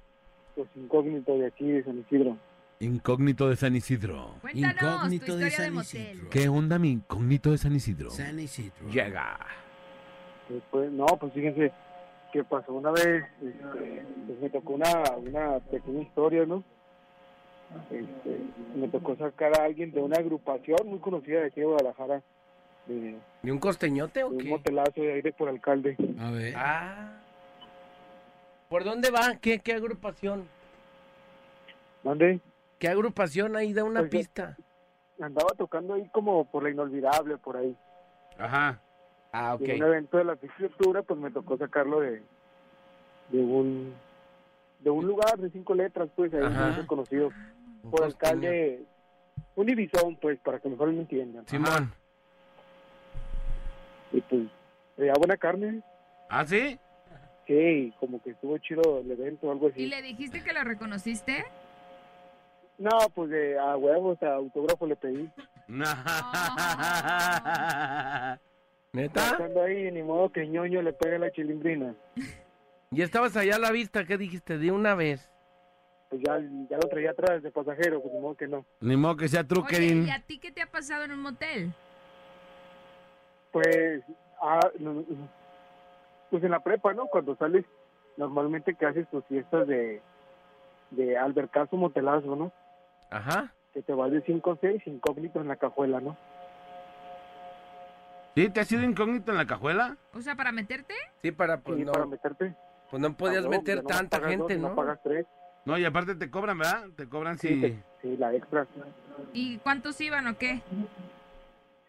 [SPEAKER 10] pues incógnito de aquí de San Isidro.
[SPEAKER 6] Incógnito de San Isidro.
[SPEAKER 4] cuéntanos
[SPEAKER 3] Incógnito
[SPEAKER 4] tu historia
[SPEAKER 3] de
[SPEAKER 4] de,
[SPEAKER 3] San
[SPEAKER 4] motel.
[SPEAKER 3] Isidro.
[SPEAKER 6] ¿Qué onda mi incógnito de San Isidro?
[SPEAKER 3] San Isidro.
[SPEAKER 5] Llega.
[SPEAKER 10] Después, no, pues fíjense que pasó una vez, este, pues me tocó una, una pequeña historia, ¿no? Este, me tocó sacar a alguien de una agrupación muy conocida de aquí de Guadalajara, de, de
[SPEAKER 5] ¿Y un costeñote o
[SPEAKER 10] un
[SPEAKER 5] qué?
[SPEAKER 10] motelazo de aire por alcalde.
[SPEAKER 3] A ver.
[SPEAKER 5] Ah. ¿Por dónde va? ¿Qué, qué agrupación?
[SPEAKER 10] ¿Dónde? Pues
[SPEAKER 5] ¿Qué agrupación ahí da una
[SPEAKER 10] Oiga.
[SPEAKER 5] pista?
[SPEAKER 10] Andaba tocando ahí como por la inolvidable, por ahí.
[SPEAKER 6] Ajá.
[SPEAKER 5] Ah,
[SPEAKER 10] Y en un evento de la 6 de octubre, pues me tocó sacarlo de, de un de un lugar de cinco letras, pues, ahí
[SPEAKER 5] Ajá.
[SPEAKER 10] muy conocido
[SPEAKER 5] Un
[SPEAKER 10] por
[SPEAKER 5] costeño.
[SPEAKER 10] alcalde, un Ibizón, pues, para que mejor me entiendan.
[SPEAKER 5] Simón.
[SPEAKER 10] Y pues, traía buena carne,
[SPEAKER 6] ¿Ah, sí?
[SPEAKER 10] sí, y como que estuvo chido el evento o algo
[SPEAKER 4] ¿Y
[SPEAKER 10] así.
[SPEAKER 4] le dijiste que lo reconociste?
[SPEAKER 10] No, pues, de, a huevos, a autógrafo le pedí.
[SPEAKER 4] Ah.
[SPEAKER 5] ¿Neta?
[SPEAKER 10] Estando ahí, ni modo que ñoño le pegue la chilindrina.
[SPEAKER 5] Y estabas allá a la vista, ¿qué dijiste? De una vez.
[SPEAKER 10] Pues ya, ya lo traía atrás de pasajero, pues, ni modo que no.
[SPEAKER 6] Ni modo que sea
[SPEAKER 4] Oye,
[SPEAKER 6] truquerín.
[SPEAKER 4] ¿y a ti qué te ha pasado en un motel?
[SPEAKER 10] Pues, ah, no, no, no. pues en la prepa, ¿no? Cuando sales, normalmente que haces tus fiestas de, de albercazo, motelazo, ¿no?
[SPEAKER 5] Ajá.
[SPEAKER 10] Que te vas de 5 o 6 incógnito en la cajuela, ¿no?
[SPEAKER 6] ¿Sí? ¿Te has sido incógnito en la cajuela?
[SPEAKER 4] O sea, ¿para meterte?
[SPEAKER 5] Sí, para pues
[SPEAKER 10] Sí,
[SPEAKER 5] no,
[SPEAKER 10] para meterte.
[SPEAKER 5] pues no podías
[SPEAKER 10] Ah, no,
[SPEAKER 5] meter
[SPEAKER 10] ya no
[SPEAKER 5] tanta
[SPEAKER 10] pagas dos,
[SPEAKER 5] gente,
[SPEAKER 10] ya
[SPEAKER 5] ¿no?
[SPEAKER 10] pagas tres.
[SPEAKER 6] No, y aparte te cobran, ¿verdad? Te cobran si...
[SPEAKER 10] Sí, te- sí, la extra.
[SPEAKER 4] ¿Y cuántos iban o qué?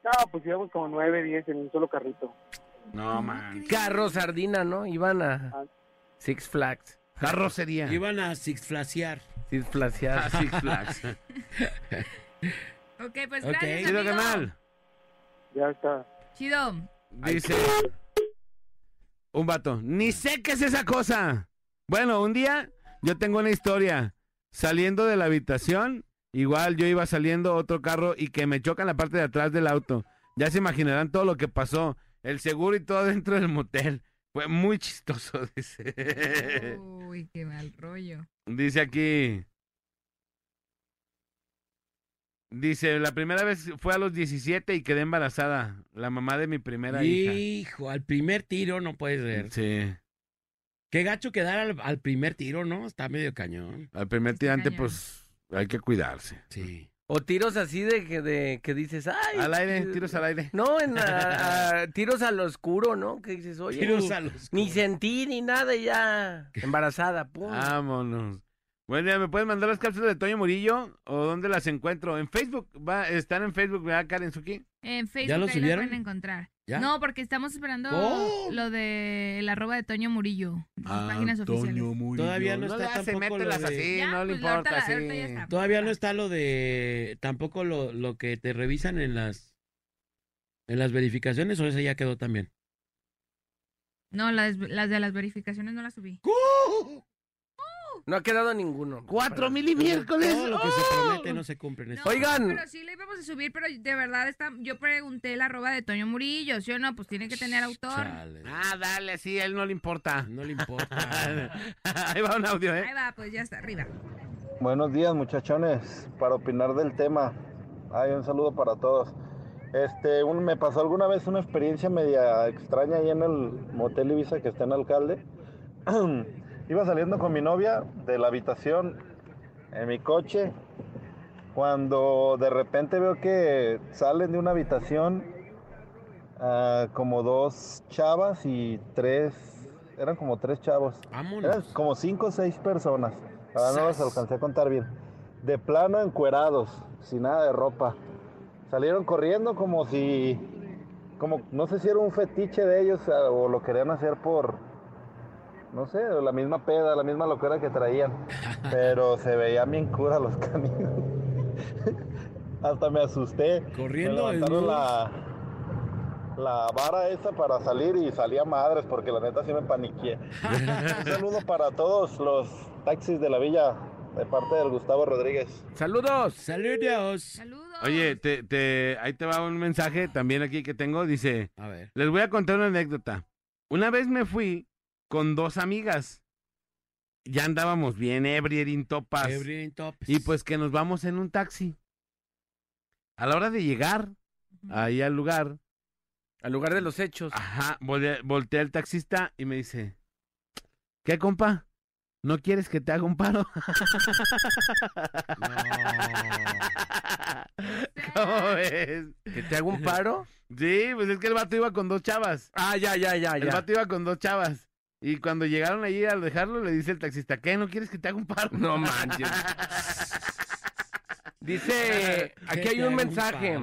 [SPEAKER 10] No, pues íbamos como 9, 10 en un solo carrito.
[SPEAKER 6] No, man.
[SPEAKER 5] Carro sardina, ¿no? Iban a
[SPEAKER 10] Ah.
[SPEAKER 5] Six Flags.
[SPEAKER 6] Carrocería.
[SPEAKER 4] Ah,
[SPEAKER 3] Iban a sixflasear.
[SPEAKER 5] Six Flags.
[SPEAKER 6] Six Flags.
[SPEAKER 4] Ok, pues
[SPEAKER 6] Ok.
[SPEAKER 4] gracias,
[SPEAKER 6] Chido,
[SPEAKER 4] amigo.
[SPEAKER 6] canal.
[SPEAKER 10] Ya está.
[SPEAKER 4] Chido.
[SPEAKER 6] Dice un vato, ni sé qué es esa cosa. Bueno, un día yo tengo una historia. Saliendo de la habitación, igual yo iba saliendo otro carro y que me choca en la parte de atrás del auto. Ya se imaginarán todo lo que pasó. El seguro y todo dentro del motel. Fue muy chistoso, dice.
[SPEAKER 4] Uy, qué mal rollo.
[SPEAKER 6] Dice aquí. Dice, la primera vez fue a los 17 y quedé embarazada. La mamá de mi primera hija.
[SPEAKER 3] Hijo, al primer tiro no puedes ver.
[SPEAKER 6] Sí.
[SPEAKER 3] Qué gacho quedar al, al primer tiro, ¿no? Está medio cañón.
[SPEAKER 6] Al primer tirante,
[SPEAKER 4] cañón.
[SPEAKER 6] pues, hay que cuidarse.
[SPEAKER 3] Sí.
[SPEAKER 5] O tiros así de que, de, que dices, ay.
[SPEAKER 6] Al aire,
[SPEAKER 5] eh,
[SPEAKER 6] tiros al aire.
[SPEAKER 5] No, en, a- a- tiros al oscuro, ¿no? Que dices, oye,
[SPEAKER 3] Tiros
[SPEAKER 5] ni,
[SPEAKER 3] a los
[SPEAKER 5] ni sentí ni nada y
[SPEAKER 4] Ah.
[SPEAKER 5] ya. Embarazada, pum.
[SPEAKER 6] Vámonos. Bueno, ya, ¿me puedes mandar las cápsulas de Toño Murillo? ¿O dónde las encuentro? En Facebook, va, están en Facebook, ¿verdad, Karen Suki?
[SPEAKER 4] En Facebook
[SPEAKER 3] lo
[SPEAKER 4] ahí la
[SPEAKER 3] subieron?
[SPEAKER 4] pueden encontrar.
[SPEAKER 3] ¿Ya?
[SPEAKER 4] No, porque estamos esperando
[SPEAKER 3] Oh.
[SPEAKER 4] lo de la arroba de Toño Murillo. en sus páginas oficiales.
[SPEAKER 6] Murillo.
[SPEAKER 3] Todavía no está
[SPEAKER 6] se
[SPEAKER 3] tampoco lo
[SPEAKER 6] mételas
[SPEAKER 3] de-
[SPEAKER 6] así,
[SPEAKER 4] Ya,
[SPEAKER 6] no le
[SPEAKER 4] pues, ahorita
[SPEAKER 6] importa.
[SPEAKER 4] la- ahorita ya
[SPEAKER 6] sí.
[SPEAKER 4] está.
[SPEAKER 3] Todavía no está lo de tampoco lo, lo que te revisan en las en las verificaciones o ese ya quedó también.
[SPEAKER 4] No, las, las de las verificaciones no las subí.
[SPEAKER 5] No ha quedado ninguno.
[SPEAKER 6] Cuatro
[SPEAKER 5] Perdón.
[SPEAKER 6] mil y miércoles. ¡Oh!
[SPEAKER 3] Todo lo que se promete no se cumple. en
[SPEAKER 4] No,
[SPEAKER 3] este-
[SPEAKER 5] Oigan.
[SPEAKER 4] Pero sí le íbamos a subir, pero de verdad está, yo pregunté la arroba de Toño Murillo, ¿sí o no? Pues tiene que tener autor.
[SPEAKER 3] Chale.
[SPEAKER 6] Ah, dale, sí, a él no le importa.
[SPEAKER 3] No le importa.
[SPEAKER 6] Ahí va un audio, ¿eh?
[SPEAKER 4] Ahí va, pues ya está, arriba.
[SPEAKER 11] Buenos días muchachones, para opinar del tema. Hay un saludo para todos. Este, un- me pasó alguna vez una experiencia media extraña ahí en el motel Ibiza que está en Alcalde. Iba saliendo con mi novia de la habitación en mi coche cuando de repente veo que salen de una habitación ah, como dos chavas y tres, eran como tres chavos. Eran
[SPEAKER 3] Vámonos.
[SPEAKER 11] como cinco o seis personas. Ahora no los alcancé a contar bien. De plano encuerados, sin nada de ropa. Salieron corriendo como si. Como, no sé si era un fetiche de ellos a- o lo querían hacer por. No sé, la misma peda, la misma locura que traían. Pero se veían bien cura los caminos. Hasta me asusté.
[SPEAKER 3] Corriendo
[SPEAKER 11] Me
[SPEAKER 3] desnudos.
[SPEAKER 11] levantaron la, la vara esa para salir y salí a madres porque la neta sí me paniqué. Un saludo para todos los taxis de la villa de parte del Gustavo Rodríguez.
[SPEAKER 5] Saludos.
[SPEAKER 3] Saludos.
[SPEAKER 4] Saludos.
[SPEAKER 6] Oye, te, te, ahí te va un mensaje también aquí que tengo. Dice,
[SPEAKER 3] A ver.
[SPEAKER 6] Les voy a contar una anécdota. Una vez me fui con dos amigas. Ya andábamos bien ebriedin topas.
[SPEAKER 3] Everything top.
[SPEAKER 6] Y pues que nos vamos en un taxi. A la hora de llegar ahí al lugar,
[SPEAKER 5] Al lugar de los hechos.
[SPEAKER 6] ajá, volteé, volteé al taxista y me dice, ¿qué compa? ¿No quieres que te haga un paro? ¿Cómo ves?
[SPEAKER 5] ¿Que te hago un paro?
[SPEAKER 6] Sí, pues es que el vato iba con dos chavas.
[SPEAKER 5] Ah, ya, ya, ya,
[SPEAKER 6] El
[SPEAKER 5] ya.
[SPEAKER 6] vato iba con dos chavas. Y cuando llegaron allí al dejarlo, le dice el taxista, ¿qué? ¿No quieres que te haga un paro?
[SPEAKER 5] No manches. Dice, aquí hay un mensaje.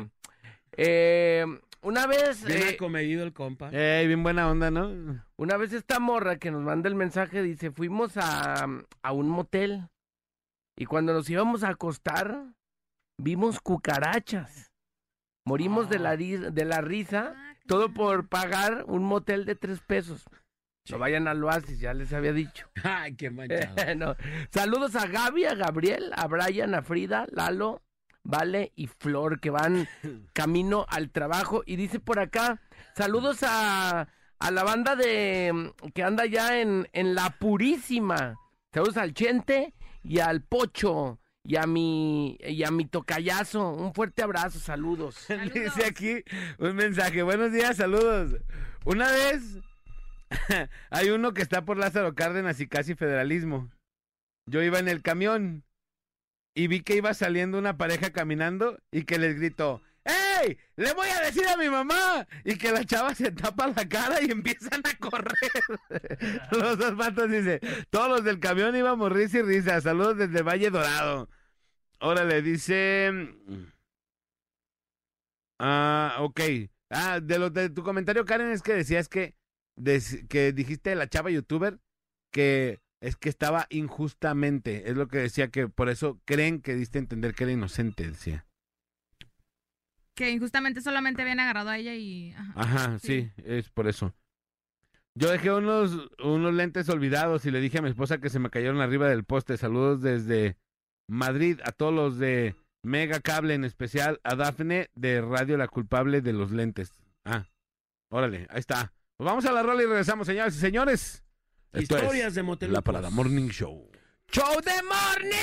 [SPEAKER 5] Eh, una vez,
[SPEAKER 3] Bien
[SPEAKER 5] eh,
[SPEAKER 3] acomedido el compa.
[SPEAKER 6] Ey, bien buena onda, ¿no?
[SPEAKER 5] una vez esta morra que nos manda el mensaje dice, fuimos a, a un motel y cuando nos íbamos a acostar, vimos cucarachas. Morimos de,
[SPEAKER 3] Ah.
[SPEAKER 5] la, ri- de la risa,
[SPEAKER 4] Ah,
[SPEAKER 5] todo
[SPEAKER 4] caray.
[SPEAKER 5] por pagar un motel de tres pesos. No vayan al oasis, ya les había dicho.
[SPEAKER 3] Ay, qué manchado.
[SPEAKER 5] No. Saludos a Gaby, a Gabriel, a Brian, a Frida, Lalo, Vale y Flor que van camino al trabajo. Y dice por acá, saludos a, a la banda de que anda ya en, en La Purísima. Saludos al Chente y al Pocho y a mi y a mi tocayazo. Un fuerte abrazo, saludos.
[SPEAKER 4] Saludos.
[SPEAKER 6] Dice aquí un mensaje. Buenos días, saludos. Una vez hay uno que está por Lázaro Cárdenas y casi federalismo. Yo iba en el camión y vi que iba saliendo una pareja caminando y que les gritó, ¡Ey! ¡Le voy a decir a mi mamá! Y que la chava se tapa la cara y empiezan a correr. los dos patos dice, todos los del camión íbamos risa y risa. Saludos desde Valle Dorado. Órale, dice... Ah, ok. Ah, de lo de tu comentario, Karen, es que decías que, des- que dijiste la chava youtuber que es que estaba injustamente. Es lo que decía que por eso creen que diste a entender que era inocente, decía.
[SPEAKER 4] Que injustamente solamente habían agarrado a ella y... ajá.
[SPEAKER 6] Ajá, sí, es por eso. Yo dejé unos, unos lentes olvidados y le dije a mi esposa que se me cayeron arriba del poste. Saludos desde Madrid a todos los de Mega Cable, en especial a Dafne de Radio La Culpable de los Lentes. Ah, órale, ahí está. Pues vamos a la rola y regresamos, señores y señores. Esto es
[SPEAKER 3] Historias de Motelupos.
[SPEAKER 6] La Parada Morning Show. ¡Show de Morning!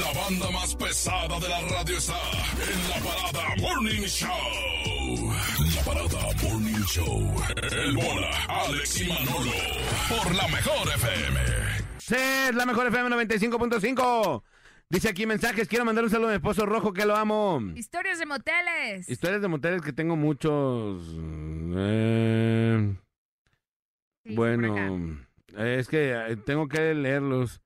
[SPEAKER 2] La banda más pesada de la radio está en la parada Morning Show. La parada Morning Show. El bola, Alex y Manolo. Por la mejor FM.
[SPEAKER 6] Sí, es la mejor FM 95.5. Dice aquí mensajes. Quiero mandar un saludo a mi esposo rojo que lo amo.
[SPEAKER 4] Historias de moteles.
[SPEAKER 6] Historias de moteles que tengo muchos. eh, bueno, es que eh, tengo que leerlos.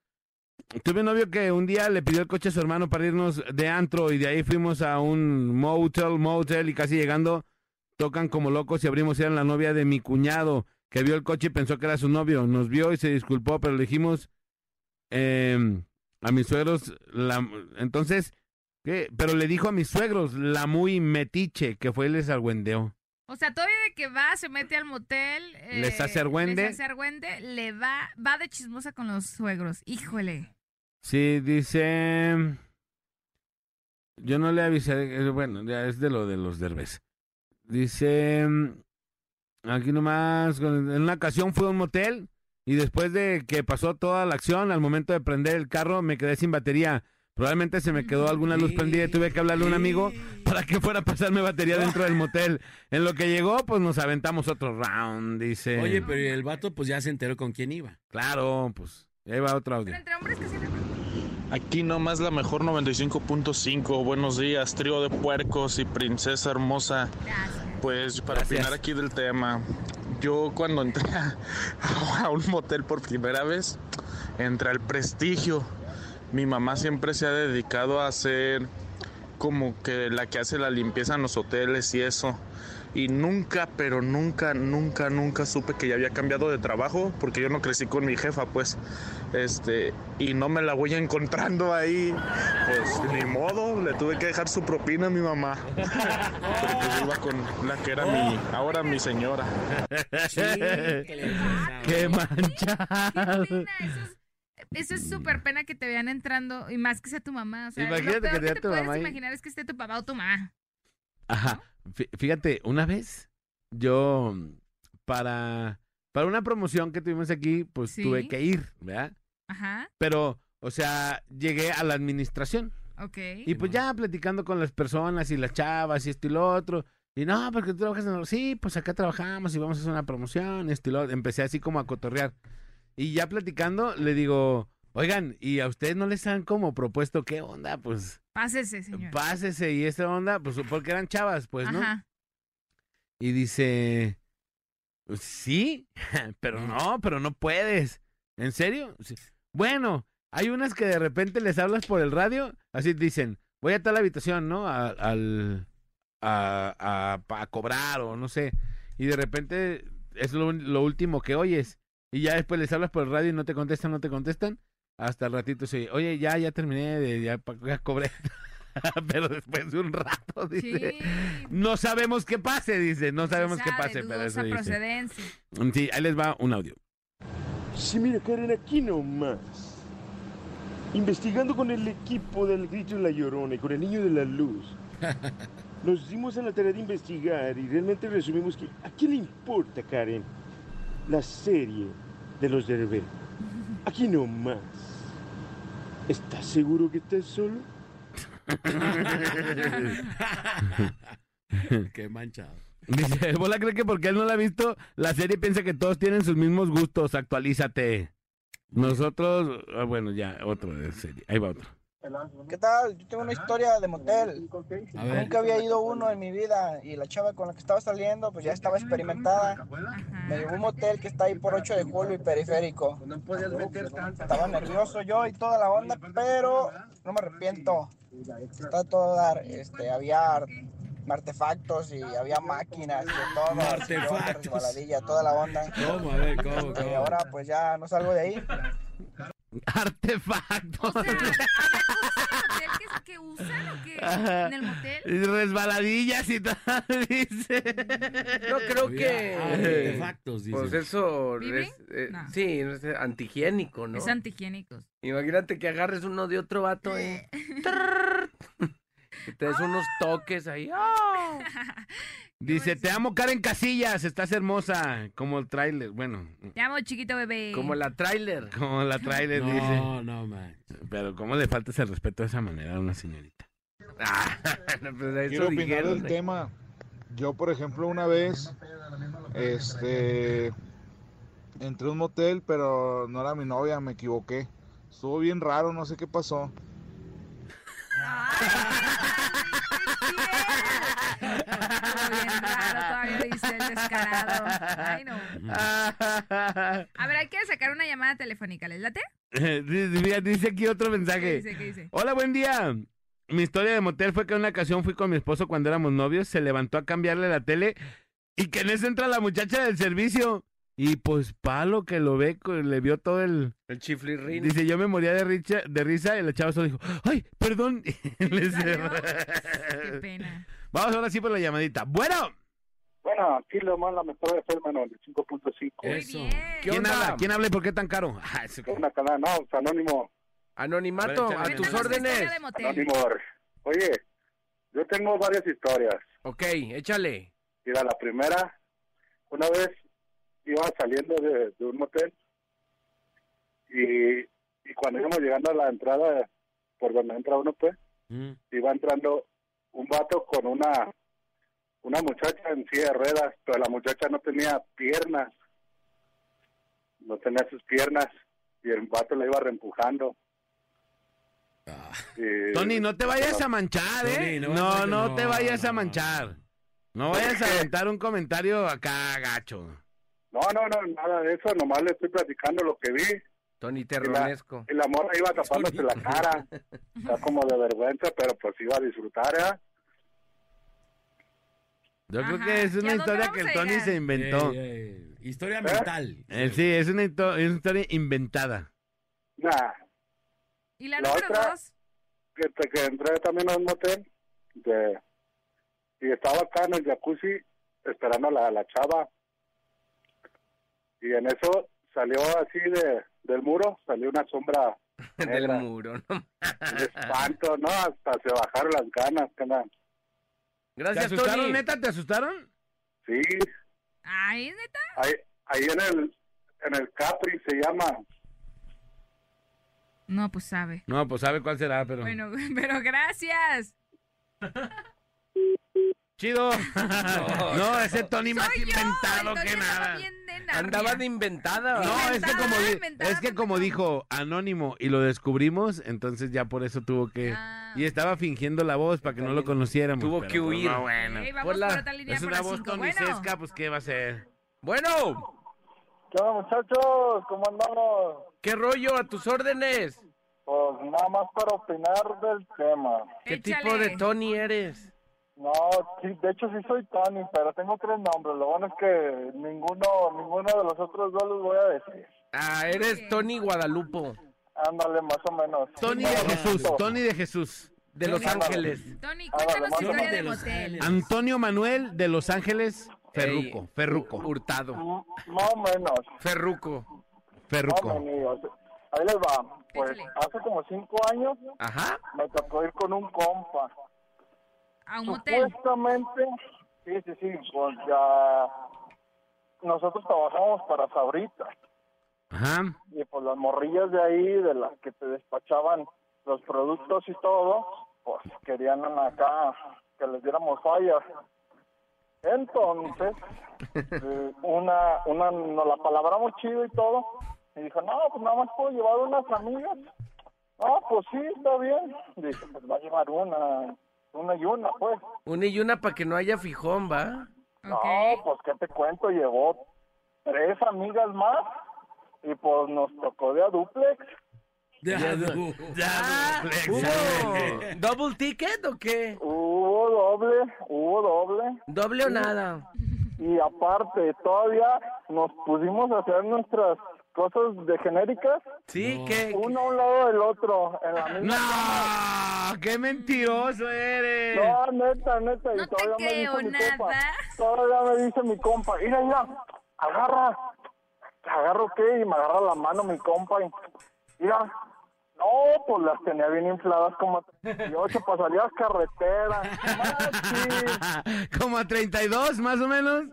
[SPEAKER 6] Tuve un novio que un día le pidió el coche a su hermano para irnos de antro y de ahí fuimos a un motel, motel y casi llegando tocan como locos y abrimos y eran la novia de mi cuñado que vio el coche y pensó que era su novio. Nos vio y se disculpó, pero le dijimos eh, a mis suegros, la, entonces, ¿qué? pero le dijo a mis suegros la muy metiche que fue y les argüendeó.
[SPEAKER 4] O sea, todavía de que va, se mete al motel. eh,
[SPEAKER 6] Les hace argüende.
[SPEAKER 4] Les hace argüende, le va, va de chismosa con los suegros. Híjole.
[SPEAKER 6] Sí, dice. Yo no le avisé. eh, Bueno, ya es de lo de los derbes. Dice. mm, Aquí nomás. con- En una ocasión fui a un motel. Y después de que pasó toda la acción, al momento de prender el carro, me quedé sin batería. Probablemente se me quedó alguna luz prendida y tuve que hablarle a un amigo para que fuera a pasarme batería dentro del motel. En lo que llegó, pues nos aventamos otro round, dice.
[SPEAKER 3] Eh. Oye, pero ¿y el vato pues ya se enteró con quién iba.
[SPEAKER 6] Claro, pues. Ahí va otro audio.
[SPEAKER 12] Aquí nomás la mejor 95.5. Buenos días, trío de puercos y princesa hermosa. Pues para
[SPEAKER 6] Gracias.
[SPEAKER 12] opinar aquí del tema, yo cuando entré a a un motel por primera vez, entra el prestigio. Mi mamá siempre se ha dedicado a hacer como que la que hace la limpieza en los hoteles y eso. Y nunca, pero nunca, nunca, nunca supe que ya había cambiado de trabajo porque yo no crecí con mi jefa, pues. Este, y no me la voy encontrando ahí. Pues ni modo, le tuve que dejar su propina a mi mamá. Pero pues iba con la que era mi, ahora mi señora.
[SPEAKER 6] Ah, ¡Qué manchado!
[SPEAKER 4] Eso es súper pena que te vean entrando y más que sea tu mamá. O sea, lo
[SPEAKER 6] Imagínate
[SPEAKER 4] peor
[SPEAKER 6] que
[SPEAKER 4] que,
[SPEAKER 6] sea
[SPEAKER 4] te
[SPEAKER 6] tu
[SPEAKER 4] puedes
[SPEAKER 6] mamá y-
[SPEAKER 4] imaginar es que esté tu papá o tu mamá.
[SPEAKER 6] Ajá. Fí- Fíjate, una vez yo mm, para para una promoción que tuvimos aquí, pues
[SPEAKER 4] Sí.
[SPEAKER 6] tuve que ir, ¿verdad?
[SPEAKER 4] Ajá,
[SPEAKER 6] Pero, o sea, llegué a la administración
[SPEAKER 4] ok.
[SPEAKER 6] y pues ya platicando con las personas y las chavas y esto y lo otro. Y no, porque tú trabajas en... Sí, pues acá trabajamos y vamos a hacer una promoción, esto y lo otro. Empecé así como a cotorrear. Y ya platicando, le digo, oigan, ¿y a ustedes no les han como propuesto qué onda? Pues
[SPEAKER 4] Pásese, señor.
[SPEAKER 6] pásese y esta onda, pues porque eran chavas, pues, ¿no?
[SPEAKER 4] Ajá.
[SPEAKER 6] Y dice, sí, pero no, pero no puedes. ¿En serio? Sí. Bueno, hay unas que de repente les hablas por el radio, así dicen, voy a tal habitación, ¿no? A, al, a, a- pa- a cobrar o no sé. Y de repente es lo, un- lo último que oyes. Y ya después les hablas por el radio y no te contestan, no te contestan. Hasta el ratito se oye, oye, ya, ya terminé, de, ya, pa- ya cobré. pero después de un rato, dice. No sabemos qué pase, dice. No sabemos qué
[SPEAKER 4] Sabe,
[SPEAKER 6] pase, pero
[SPEAKER 4] dudosa
[SPEAKER 6] eso dice.
[SPEAKER 4] procedencia.
[SPEAKER 6] Sí, ahí les va un audio.
[SPEAKER 13] Sí, mira, Karen, aquí nomás. Investigando con el equipo del Grito de la Llorona y con el Niño de la Luz, nos dimos a la tarea de investigar y realmente resumimos que ¿a quién le importa, Karen, la serie de los Derbez? Aquí nomás. ¿Estás seguro que estás solo?
[SPEAKER 3] Qué manchado.
[SPEAKER 6] Dice, el bola cree que porque él no la ha visto, la serie piensa que todos tienen sus mismos gustos. Actualízate. Nosotros, ah, bueno, ya, otro de serie. Ahí va otro.
[SPEAKER 14] ¿Qué tal? Yo tengo una historia de motel.
[SPEAKER 6] A ver.
[SPEAKER 14] Nunca había ido a uno en mi vida y la chava con la que estaba saliendo pues ya estaba experimentada. Me llevó a un motel que está ahí por 8 de julio y periférico. Estaba nervioso yo y toda la onda, pero no me arrepiento. Está a todo dar. Este, había ar- artefactos y había máquinas y de todo.
[SPEAKER 3] Artefactos.
[SPEAKER 14] resbaladilla, toda la onda.
[SPEAKER 3] ¿Cómo? A ver,
[SPEAKER 14] Y
[SPEAKER 3] ¿cómo? cómo?
[SPEAKER 14] ahora pues ya no salgo de ahí.
[SPEAKER 6] Artefactos.
[SPEAKER 4] Hotel
[SPEAKER 5] Ajá.
[SPEAKER 4] en el motel.
[SPEAKER 5] Y Resbaladillas y tal, dice. No creo
[SPEAKER 3] Había
[SPEAKER 5] que. eh,
[SPEAKER 3] artefactos, dice.
[SPEAKER 5] Pues eso.
[SPEAKER 4] ¿Viven?
[SPEAKER 5] es- eh,
[SPEAKER 4] No.
[SPEAKER 5] Sí, es antihigiénico, ¿no?
[SPEAKER 4] Es antihigiénicos.
[SPEAKER 5] Imagínate que agarres uno de otro vato, ¿eh? Trrr. Que te des unos toques ahí.
[SPEAKER 6] Dice, te amo Karen Casillas, estás hermosa. Como el tráiler, bueno,
[SPEAKER 4] Te amo, chiquito bebé.
[SPEAKER 5] tráiler.
[SPEAKER 6] como la tráiler
[SPEAKER 3] No,
[SPEAKER 6] dice.
[SPEAKER 3] no, man.
[SPEAKER 6] Pero ¿cómo le faltas el respeto de esa manera a una señorita?
[SPEAKER 15] Quiero opinar del tema. Yo, por ejemplo, una vez este, entré a un motel, pero no era mi novia, me equivoqué. Estuvo bien raro, no sé qué pasó.
[SPEAKER 4] Todavía dice el descarado. Ay, no.
[SPEAKER 3] Mm.
[SPEAKER 4] A ver, hay que sacar una llamada telefónica. ¿Les late?
[SPEAKER 6] dice, mira, dice aquí otro
[SPEAKER 4] ¿Qué
[SPEAKER 6] mensaje.
[SPEAKER 4] dice? ¿Qué dice?
[SPEAKER 6] Hola, buen día. Mi historia de motel fue que en una ocasión fui con mi esposo cuando éramos novios, se levantó a cambiarle la tele y que en eso entra la muchacha del servicio. Y pues palo que lo ve, co- le vio todo el...
[SPEAKER 5] El chiflirrín.
[SPEAKER 6] Dice, yo me moría de, richa- de risa y la chava solo dijo, ay, perdón. Y le cerró.
[SPEAKER 4] Qué pena.
[SPEAKER 6] Vamos ahora sí por la llamadita. Bueno.
[SPEAKER 16] Bueno, aquí lo más la mejor es el menor, el 5.5.
[SPEAKER 6] Eso. ¿Quién habla? ¿Quién habla y por qué tan caro? Ah, es-
[SPEAKER 16] Una cana- no, es anónimo.
[SPEAKER 5] Anonimato, a, tus órdenes.
[SPEAKER 16] Anónimo. Oye, yo tengo varias historias.
[SPEAKER 5] Ok, échale.
[SPEAKER 16] Mira, la primera, una vez iba saliendo de, de un motel y, y cuando íbamos llegando a la entrada, por donde entra uno, pues, iba entrando un vato con una una muchacha en silla de ruedas, pero la muchacha no tenía piernas, no tenía sus piernas y el vato la iba reempujando. Y-
[SPEAKER 6] Tony, no te vayas a manchar, ¿eh?
[SPEAKER 3] Ah. Tony, no
[SPEAKER 6] no,
[SPEAKER 3] vayas
[SPEAKER 6] no,
[SPEAKER 3] a- no,
[SPEAKER 6] te vayas a manchar. No vayas a aventar un comentario acá, gacho.
[SPEAKER 16] No, no, no, nada de eso, nomás le estoy platicando lo que vi.
[SPEAKER 5] Tony
[SPEAKER 16] Terronesco. Y la morra iba tapándose la cara, está como de vergüenza, pero pues iba a disfrutar, ¿eh?
[SPEAKER 6] Yo creo
[SPEAKER 3] Ajá,
[SPEAKER 6] que es
[SPEAKER 3] ¿y a
[SPEAKER 6] una
[SPEAKER 3] dónde
[SPEAKER 6] historia
[SPEAKER 3] vamos
[SPEAKER 6] que
[SPEAKER 3] a
[SPEAKER 6] el Tony
[SPEAKER 3] llegar?
[SPEAKER 6] se inventó.
[SPEAKER 3] Ey, Historia mental.
[SPEAKER 6] Eh, sí, es una, hito- es una historia inventada.
[SPEAKER 16] Nah.
[SPEAKER 4] ¿Y la,
[SPEAKER 16] La
[SPEAKER 4] número
[SPEAKER 16] otra-
[SPEAKER 4] dos?
[SPEAKER 16] que, te- que entré también a un motel de, y estaba acá en el jacuzzi esperando a la, a la chava. Y en eso salió así de, del muro, salió una sombra
[SPEAKER 5] Del muro, ¿no?
[SPEAKER 16] de espanto, ¿no? Hasta se bajaron las ganas, carnal.
[SPEAKER 5] Gracias,
[SPEAKER 6] ¿Te asustaron, neta? ¿Te asustaron?
[SPEAKER 16] Sí,
[SPEAKER 4] Ay, neta.
[SPEAKER 16] ahí, ahí en el en el Capri se llama.
[SPEAKER 4] No, pues sabe.
[SPEAKER 6] No, pues sabe cuál será, pero...
[SPEAKER 4] Bueno, pero gracias.
[SPEAKER 6] Chido. No, ese Tony más inventado que nada.
[SPEAKER 5] Andaba de inventada.
[SPEAKER 6] No, es que como, di- es que como dijo Anónimo y lo descubrimos, entonces ya por eso tuvo que... Y estaba fingiendo la voz para que no lo conociéramos.
[SPEAKER 5] Tuvo
[SPEAKER 6] pero
[SPEAKER 5] que
[SPEAKER 6] pues,
[SPEAKER 5] huir.
[SPEAKER 6] no, bueno.
[SPEAKER 4] Ey, vamos por, otra línea
[SPEAKER 6] es
[SPEAKER 4] por
[SPEAKER 6] una
[SPEAKER 4] la
[SPEAKER 6] voz
[SPEAKER 4] cinco. Bueno,
[SPEAKER 6] tonicesca, pues ¿qué va a ser?
[SPEAKER 5] Bueno,
[SPEAKER 17] ¿Qué onda, muchachos? ¿Cómo andamos?
[SPEAKER 5] ¿qué rollo? A tus órdenes.
[SPEAKER 17] Pues nada más para opinar del tema.
[SPEAKER 5] ¿Qué tipo de Tony eres?
[SPEAKER 17] No, sí, de hecho sí soy Tony, pero tengo tres nombres. Lo bueno es que ninguno, ninguno de los otros dos los voy a decir.
[SPEAKER 5] Ah, eres Tony Guadalupo.
[SPEAKER 17] Ándale, más o menos.
[SPEAKER 6] Tony de Jesús, Tony de Jesús.
[SPEAKER 5] De Los
[SPEAKER 6] Ándale.
[SPEAKER 5] Ángeles.
[SPEAKER 4] Tony, cuéntanos tu
[SPEAKER 6] Tony
[SPEAKER 4] historia
[SPEAKER 6] de
[SPEAKER 4] de
[SPEAKER 6] Los
[SPEAKER 4] motel.
[SPEAKER 6] Antonio Manuel de Los Ángeles Ferruco, Ferruco.
[SPEAKER 5] Hurtado.
[SPEAKER 17] Más o menos.
[SPEAKER 5] Ferruco.
[SPEAKER 17] Más o
[SPEAKER 6] Ferruco.
[SPEAKER 17] menos. Ahí les va. Pues hace como cinco años
[SPEAKER 5] Ajá.
[SPEAKER 17] me tocó ir con un compa.
[SPEAKER 4] A un motel.
[SPEAKER 17] Supuestamente, sí, sí, sí, pues ya nosotros trabajamos para Sabrita
[SPEAKER 6] Ajá.
[SPEAKER 17] y pues las morrillas de ahí, de las que te despachaban los productos y todo, pues querían acá que les diéramos fallas. Entonces, eh, una, una, nos la palabramos chido y todo, y dijo, no, pues nada más puedo llevar unas amigas. Ah, pues sí, está bien. Dije, pues va a llevar una, una y una, pues.
[SPEAKER 5] Una y una para que no haya fijón, ¿va?
[SPEAKER 17] No, pues qué te cuento, llevó tres amigas más y pues nos tocó de a duplex.
[SPEAKER 3] De
[SPEAKER 5] a du- Ah, ¿Hubo double ticket o qué?
[SPEAKER 17] Hubo doble, hubo doble.
[SPEAKER 5] ¿Doble o nada?
[SPEAKER 17] Y aparte, todavía nos pusimos a hacer nuestras cosas de genéricas.
[SPEAKER 5] Sí, que
[SPEAKER 17] uno a un lado del otro en la misma.
[SPEAKER 5] ¡No! Ah, ¡Qué mentiroso eres!
[SPEAKER 17] No, neta, neta. y todavía me dice
[SPEAKER 4] creo
[SPEAKER 17] mi
[SPEAKER 4] nada.
[SPEAKER 17] compa. Todavía me dice mi compa. Mira, mira, agarra. ¿Agarro qué? Y me agarra la mano mi compa. Y, mira, no, pues las tenía bien infladas como a 38 pasarías carretera.
[SPEAKER 5] ¿Como a 32 más o menos?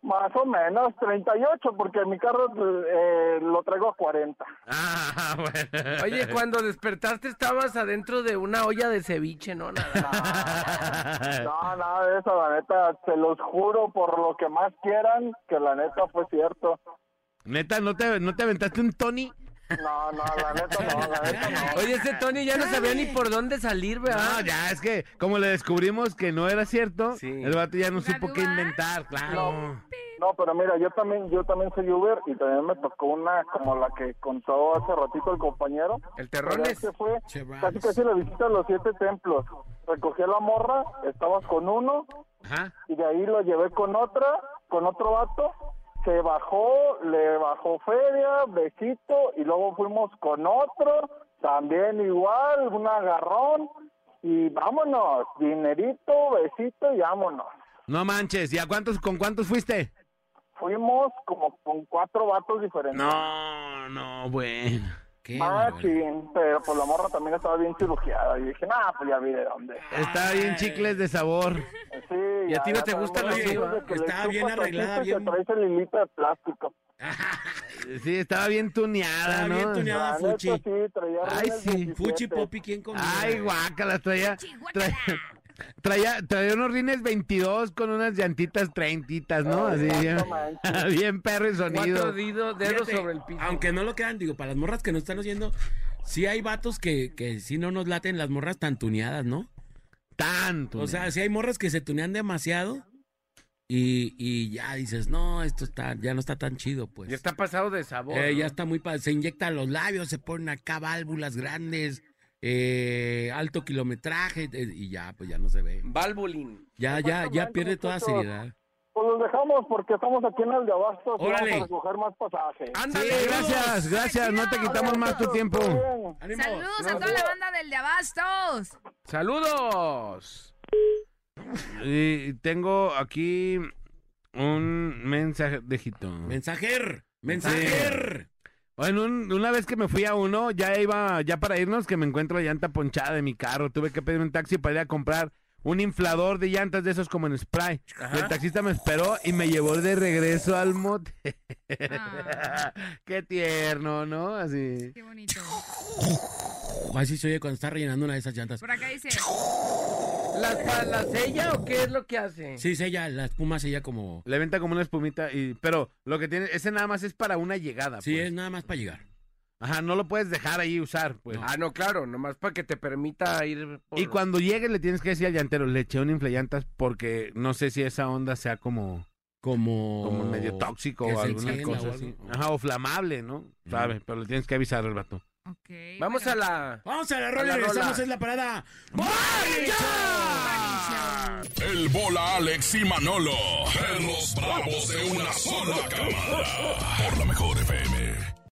[SPEAKER 17] Más o menos, 38, porque mi carro eh, lo traigo a 40.
[SPEAKER 5] Ah, bueno. Oye, cuando despertaste estabas adentro de una olla de ceviche, ¿no? Nada.
[SPEAKER 17] No, nada de eso, la neta, se los juro por lo que más quieran, que la neta fue cierto.
[SPEAKER 6] Neta, ¿no te, ¿no te aventaste un Tony?
[SPEAKER 17] No, no, la neta no, la neta no.
[SPEAKER 5] Oye, ese Tony ya no sabía ni por dónde salir, ¿verdad?
[SPEAKER 6] No, ya, es que como le descubrimos que no era cierto, el vato ya no supo qué inventar, claro.
[SPEAKER 17] No, pero mira, yo también yo también soy Uber y también me tocó una como la que contó hace ratito el compañero.
[SPEAKER 5] El
[SPEAKER 17] Pero
[SPEAKER 5] Terrones.
[SPEAKER 17] es que fue casi casi la visita a los siete templos. Recogí a la morra, estabas con uno y de ahí lo llevé con otra, con otro vato. Se bajó, le bajó feria, besito y luego fuimos con otro, también igual, un agarrón y vámonos, dinerito, besito y vámonos.
[SPEAKER 6] No manches, ¿y a cuántos, con cuántos fuiste?
[SPEAKER 17] Fuimos como con cuatro vatos diferentes.
[SPEAKER 6] No, no, bueno. Qué
[SPEAKER 17] Ah, sí, pero por la morra también estaba bien cirugiada. Y dije, nah, pues ya vi de dónde.
[SPEAKER 6] Está bien chicles de sabor.
[SPEAKER 17] Sí,
[SPEAKER 6] Y a ti no te
[SPEAKER 17] gusta
[SPEAKER 6] gustan
[SPEAKER 17] la
[SPEAKER 6] los hijos.
[SPEAKER 17] Estaba
[SPEAKER 6] bien arreglada, bien-
[SPEAKER 17] traes el hilito de plástico.
[SPEAKER 6] Sí, estaba bien tuneada,
[SPEAKER 17] Estaba
[SPEAKER 6] ¿no?
[SPEAKER 17] bien tuneada, La neta, Fuchi. sí, traía
[SPEAKER 6] Ay,
[SPEAKER 17] unas
[SPEAKER 6] sí.
[SPEAKER 17] 17. Fuchi, Popi,
[SPEAKER 3] ¿quién comió?
[SPEAKER 6] Ay, guácala, traía... Traía, traía, traía unos rines 22 con unas llantitas 30, ¿no? Así,
[SPEAKER 3] Ah,
[SPEAKER 6] bien, bien perro y sonido.
[SPEAKER 5] dedos sobre el piso.
[SPEAKER 3] Aunque no lo crean, digo, para las morras que nos están oyendo, sí hay vatos que, que sí no nos laten las morras tan tuneadas, ¿no?
[SPEAKER 6] Tanto.
[SPEAKER 3] O sea, sí hay morras que se tunean demasiado y, y ya dices, no, esto está, ya no está tan chido, pues.
[SPEAKER 5] Ya está pasado de sabor.
[SPEAKER 3] Eh,
[SPEAKER 5] ¿no?
[SPEAKER 3] ya está muy padre. Se inyectan los labios, se ponen acá válvulas grandes, eh, alto kilometraje eh, y ya, pues ya no se ve.
[SPEAKER 5] Válvulín.
[SPEAKER 3] Ya, ya, ya pierde toda
[SPEAKER 17] muchachos?
[SPEAKER 3] seriedad.
[SPEAKER 17] Pues los dejamos porque estamos aquí en el de abasto. y
[SPEAKER 3] Órale.
[SPEAKER 17] Vamos a recoger más pasajes.
[SPEAKER 6] Sí, gracias, gracias. No te quitamos más tu tiempo.
[SPEAKER 4] Saludos a toda la banda del de Abastos.
[SPEAKER 5] ¡Saludos!
[SPEAKER 6] Y tengo aquí un mensaje dejito.
[SPEAKER 3] Mensajer, mensajer.
[SPEAKER 6] Bueno, un- una vez que me fui a uno, ya iba, ya para irnos, que me encuentro la llanta ponchada de mi carro. Tuve que pedir un taxi para ir a comprar un inflador de llantas de esos como en spray. El taxista me esperó y me llevó de regreso al motel. Qué tierno, ¿no? Así.
[SPEAKER 4] Ah. Qué bonito.
[SPEAKER 3] Uf, Así se oye cuando está rellenando una de esas llantas.
[SPEAKER 4] Por acá dice.
[SPEAKER 5] ¿Las, pa- ¿La sella o qué es lo que hace?
[SPEAKER 3] Sí, sella, la espuma sella como.
[SPEAKER 6] Le venta como una espumita y. Pero lo que tiene, ese nada más es para una llegada. pues.
[SPEAKER 3] Sí, es nada más para llegar.
[SPEAKER 6] Ajá, no lo puedes dejar ahí usar, pues.
[SPEAKER 5] Ah, no, claro, nomás para que te permita ir. por-
[SPEAKER 6] Y cuando llegue le tienes que decir al llantero, le eché un inflayantas porque no sé si esa onda sea como...
[SPEAKER 3] Como...
[SPEAKER 6] Como medio tóxico
[SPEAKER 5] que
[SPEAKER 6] o
[SPEAKER 5] se
[SPEAKER 6] alguna
[SPEAKER 5] encienda
[SPEAKER 6] cosa
[SPEAKER 5] o
[SPEAKER 6] así.
[SPEAKER 5] algo.
[SPEAKER 6] Ajá, o flamable, ¿no? Sabe, pero le tienes que avisar al vato.
[SPEAKER 5] Vamos a la.
[SPEAKER 3] Vamos a la rola,
[SPEAKER 5] rola.
[SPEAKER 3] regresamos, es la parada.
[SPEAKER 2] El bola Alex y Manolo. Perros bravos de una sola cámara. Por la mejor FM.